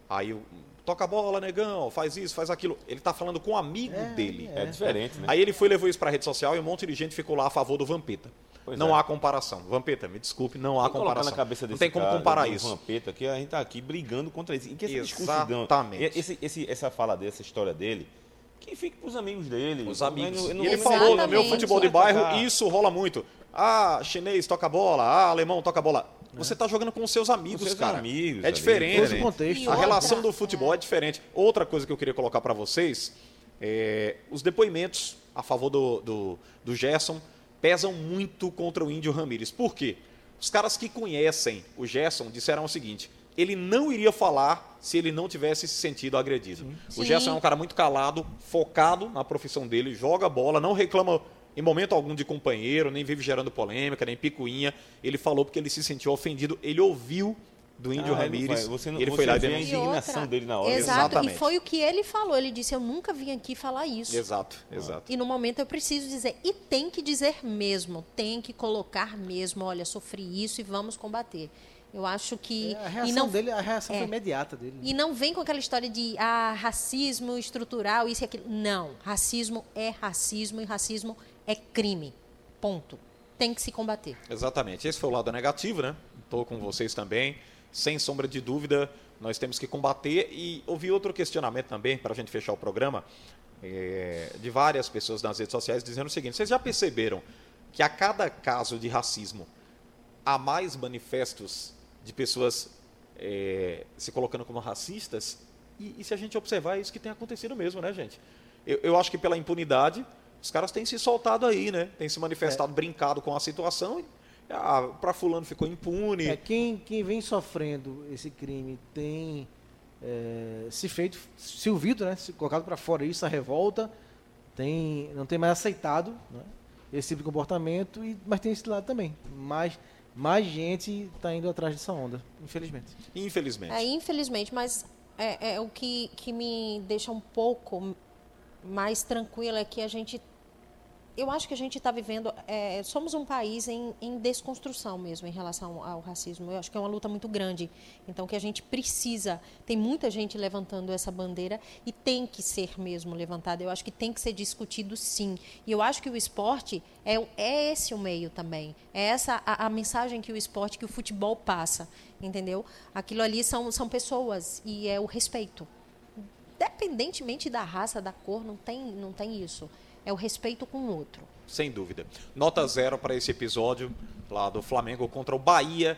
Speaker 2: aí o- toca a bola, negão, faz isso, faz aquilo. Ele tá falando com um amigo dele.
Speaker 5: É diferente, né?
Speaker 2: Aí ele foi levou isso para rede social e um monte de gente ficou lá a favor do Vampeta.
Speaker 5: Pois
Speaker 2: não
Speaker 5: é.
Speaker 2: há comparação. Vampeta, me desculpe, não há
Speaker 5: Tem que colocar
Speaker 2: comparação.
Speaker 5: na cabeça desse
Speaker 2: não tem como
Speaker 5: cara,
Speaker 2: comparar
Speaker 5: do
Speaker 2: isso.
Speaker 5: Vampeta, que a gente tá aqui brigando contra isso. E que essa discussão.
Speaker 2: Exatamente.
Speaker 5: Esse, esse, essa fala dele, essa história dele, que fique pros amigos dele.
Speaker 2: Os amigos.
Speaker 5: Eu não- eu não-
Speaker 2: e ele
Speaker 5: eu não-
Speaker 2: falou, no
Speaker 4: Exatamente.
Speaker 2: meu futebol de
Speaker 5: Tá.
Speaker 2: bairro, isso rola muito. Ah, chinês toca bola, ah, alemão toca bola. Você tá jogando com os seus amigos,
Speaker 5: É. Com seus
Speaker 2: cara.
Speaker 5: amigos
Speaker 2: é
Speaker 5: ali.
Speaker 2: diferente.
Speaker 3: Todo o contexto.
Speaker 4: E
Speaker 2: A
Speaker 4: outra-
Speaker 2: relação do futebol é diferente. Outra coisa que eu queria colocar para vocês é os depoimentos a favor do, do, do Gerson pesam muito contra o Índio Ramírez. Por quê? Os caras que conhecem o Gerson disseram o seguinte: ele não iria falar se ele não tivesse se sentido agredido. O
Speaker 4: Sim.
Speaker 2: Gerson é um cara muito calado, focado na profissão dele, joga bola, não reclama em momento algum de companheiro, nem vive gerando polêmica, nem picuinha. Ele falou porque ele se sentiu ofendido, ele ouviu do
Speaker 5: Ah,
Speaker 2: Índio
Speaker 5: ele
Speaker 2: Ramírez.
Speaker 5: vai- você não-
Speaker 2: ele
Speaker 5: você
Speaker 2: foi lá e
Speaker 5: vê a
Speaker 2: denunciou.
Speaker 4: E
Speaker 5: indignação
Speaker 4: outra-
Speaker 5: dele na hora.
Speaker 4: Exato.
Speaker 2: Exatamente.
Speaker 4: E foi o que ele falou. Ele disse: Eu nunca vim aqui falar isso.
Speaker 2: Exato, exato.
Speaker 4: E no momento eu preciso dizer. E tem que dizer mesmo. Tem que colocar mesmo. Olha, sofri isso e vamos combater. Eu acho que.
Speaker 3: É, A
Speaker 4: e
Speaker 3: reação
Speaker 4: não
Speaker 3: dele, a reação
Speaker 4: É.
Speaker 3: foi imediata dele. né?
Speaker 4: E não vem com aquela história de ah, racismo estrutural, isso e aquilo. Não. Racismo é racismo e racismo é crime. Ponto. Tem que se combater.
Speaker 2: Exatamente. Esse foi o lado negativo, né? Estou com vocês também. Sem sombra de dúvida, nós temos que combater. E houve outro questionamento também, para a gente fechar o programa, é, de várias pessoas nas redes sociais dizendo o seguinte: vocês já perceberam que a cada caso de racismo há mais manifestos de pessoas é, se colocando como racistas. E, e se a gente observar, é isso que tem acontecido mesmo, né, gente? Eu, eu acho que pela impunidade, os caras têm se soltado aí, né? Têm se manifestado, brincado com a situação. E, ah, pra fulano ficou impune.
Speaker 3: É, quem, quem vem sofrendo esse crime tem é, se feito, se ouvido, né, se colocado para fora isso, a revolta, tem, não tem mais aceitado né, esse tipo de comportamento, e, mas tem esse lado também. Mas tá mais gente está indo atrás dessa onda, infelizmente.
Speaker 2: Infelizmente.
Speaker 4: É, infelizmente, mas é, é o que, que me deixa um pouco mais tranquila é que a gente eu acho que a gente está vivendo é, somos um país em, em desconstrução mesmo em relação ao racismo eu acho que é uma luta muito grande então que a gente precisa tem muita gente levantando essa bandeira e tem que ser mesmo levantada eu acho que tem que ser discutido sim e eu acho que o esporte é, é esse o meio também é essa a, a mensagem que o esporte que o futebol passa entendeu aquilo ali são são pessoas e é o respeito independentemente da raça, da cor, não tem, não tem isso. É o respeito com o outro.
Speaker 2: Sem dúvida. Nota zero para esse episódio lá do Flamengo contra o Bahia.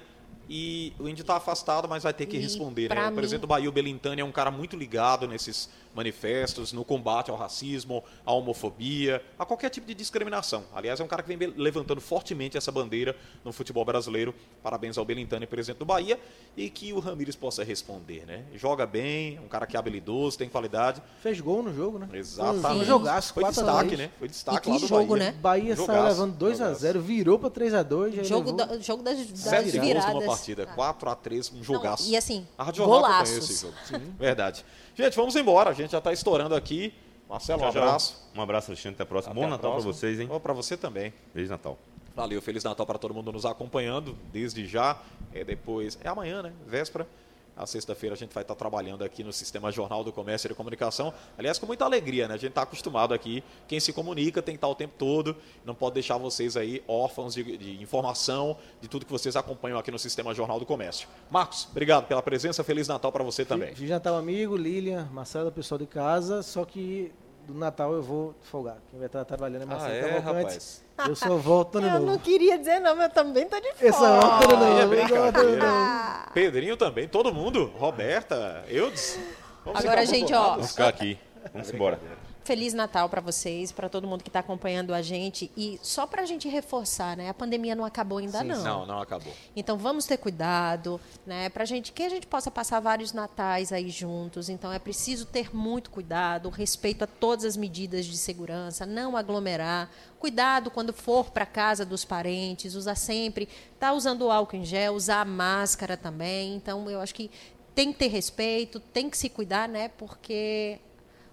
Speaker 2: E o Indy está afastado, mas vai ter que
Speaker 4: E
Speaker 2: responder. Né?
Speaker 4: pra
Speaker 2: O presidente
Speaker 4: mim-
Speaker 2: do Bahia, o Belintani, é um cara muito ligado nesses manifestos, no combate ao racismo, à homofobia, a qualquer tipo de discriminação. Aliás, é um cara que vem be- levantando fortemente essa bandeira no futebol brasileiro. Parabéns ao Belintani, presidente do Bahia, e que o Ramires possa responder. né? Joga bem, é um cara que é habilidoso, tem qualidade.
Speaker 3: Fez gol no jogo, né?
Speaker 2: Exatamente.
Speaker 3: Foi um jogaço,
Speaker 2: Foi
Speaker 3: 4
Speaker 2: destaque, né? Foi destaque
Speaker 4: E que
Speaker 2: lá do
Speaker 4: jogo,
Speaker 2: Bahia.
Speaker 4: né?
Speaker 3: Bahia saiu
Speaker 2: Jogaço,
Speaker 3: levando 2 a
Speaker 2: jogaço.
Speaker 3: 0 virou pra 3 a 2 aí
Speaker 4: Jogo,
Speaker 3: levou-
Speaker 4: da- jogo das, das
Speaker 2: Sete gols
Speaker 4: viradas.
Speaker 2: numa partida,
Speaker 4: Tá.
Speaker 2: 4x3, um jogaço.
Speaker 4: e assim,
Speaker 2: a Rádio Jornal acompanhou
Speaker 4: golaços.
Speaker 2: esse jogo. Sim, verdade. Gente, vamos embora, a gente já está estourando aqui. Marcelo, um
Speaker 5: Tchau, tchau.
Speaker 2: abraço.
Speaker 5: Um abraço, Alexandre. Até a próxima.
Speaker 2: Até
Speaker 5: Bom
Speaker 2: a
Speaker 5: Natal para
Speaker 2: próxima.
Speaker 5: vocês, hein?
Speaker 2: Ó, pra você também.
Speaker 5: Feliz Natal.
Speaker 2: Valeu, Feliz Natal para todo mundo nos acompanhando desde já. É depois, é amanhã, né? Véspera. A sexta-feira a gente vai estar trabalhando aqui no Sistema Jornal do Comércio e de Comunicação. Aliás, com muita alegria, né? A gente está acostumado aqui. Quem se comunica tem que estar o tempo todo. Não pode deixar vocês aí órfãos de, de informação, de tudo que vocês acompanham aqui no Sistema Jornal do Comércio. Marcos, obrigado pela presença. Feliz Natal para você também.
Speaker 3: Fiz Natal amigo, Lilian, Marcelo, o pessoal de casa, só que do Natal eu vou folgar. Quem vai estar trabalhando é Marcelo
Speaker 2: é,
Speaker 3: Cavalcante.
Speaker 2: rapaz?
Speaker 3: Eu só volto no
Speaker 4: Eu
Speaker 3: ano
Speaker 4: não
Speaker 3: novo.
Speaker 4: queria dizer não, mas eu também tô de
Speaker 3: Eu
Speaker 4: fora.
Speaker 3: só volto no ano
Speaker 2: Aí é
Speaker 3: novo. eu só volto no ano
Speaker 2: brincadeira.
Speaker 3: novo.
Speaker 2: Pedrinho também, todo mundo. Roberta, Eudes. Vamos
Speaker 4: Agora,
Speaker 2: ficar
Speaker 4: gente,
Speaker 2: abotonados?
Speaker 4: ó,
Speaker 5: Vamos ficar aqui. Vamos embora.
Speaker 4: Feliz Natal para vocês, para todo mundo que está acompanhando a gente. E só para a gente reforçar, né? A pandemia não acabou ainda, Ah, não.
Speaker 2: Não, não acabou.
Speaker 4: Então vamos ter cuidado, né? Pra gente que a gente possa passar vários natais aí juntos. Então é preciso ter muito cuidado, respeito a todas as medidas de segurança, não aglomerar, cuidado quando for para casa dos parentes, usar sempre, tá usando álcool em gel, usar a máscara também. Então eu acho que tem que ter respeito, tem que se cuidar, né? Porque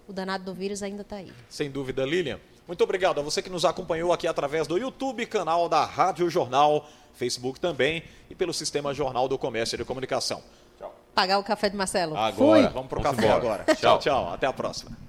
Speaker 4: o danado do vírus ainda tá aí.
Speaker 2: Sem dúvida, Lilian. Muito obrigado a você que nos acompanhou aqui através do YouTube, canal da Rádio Jornal, Facebook também e pelo Sistema Jornal do Comércio e de Comunicação.
Speaker 4: Pagar o café de Marcelo.
Speaker 5: Agora.
Speaker 2: Vamos pro
Speaker 5: Vamos
Speaker 2: café
Speaker 5: embora.
Speaker 2: agora.
Speaker 5: Tchau.
Speaker 2: tchau. Até a próxima.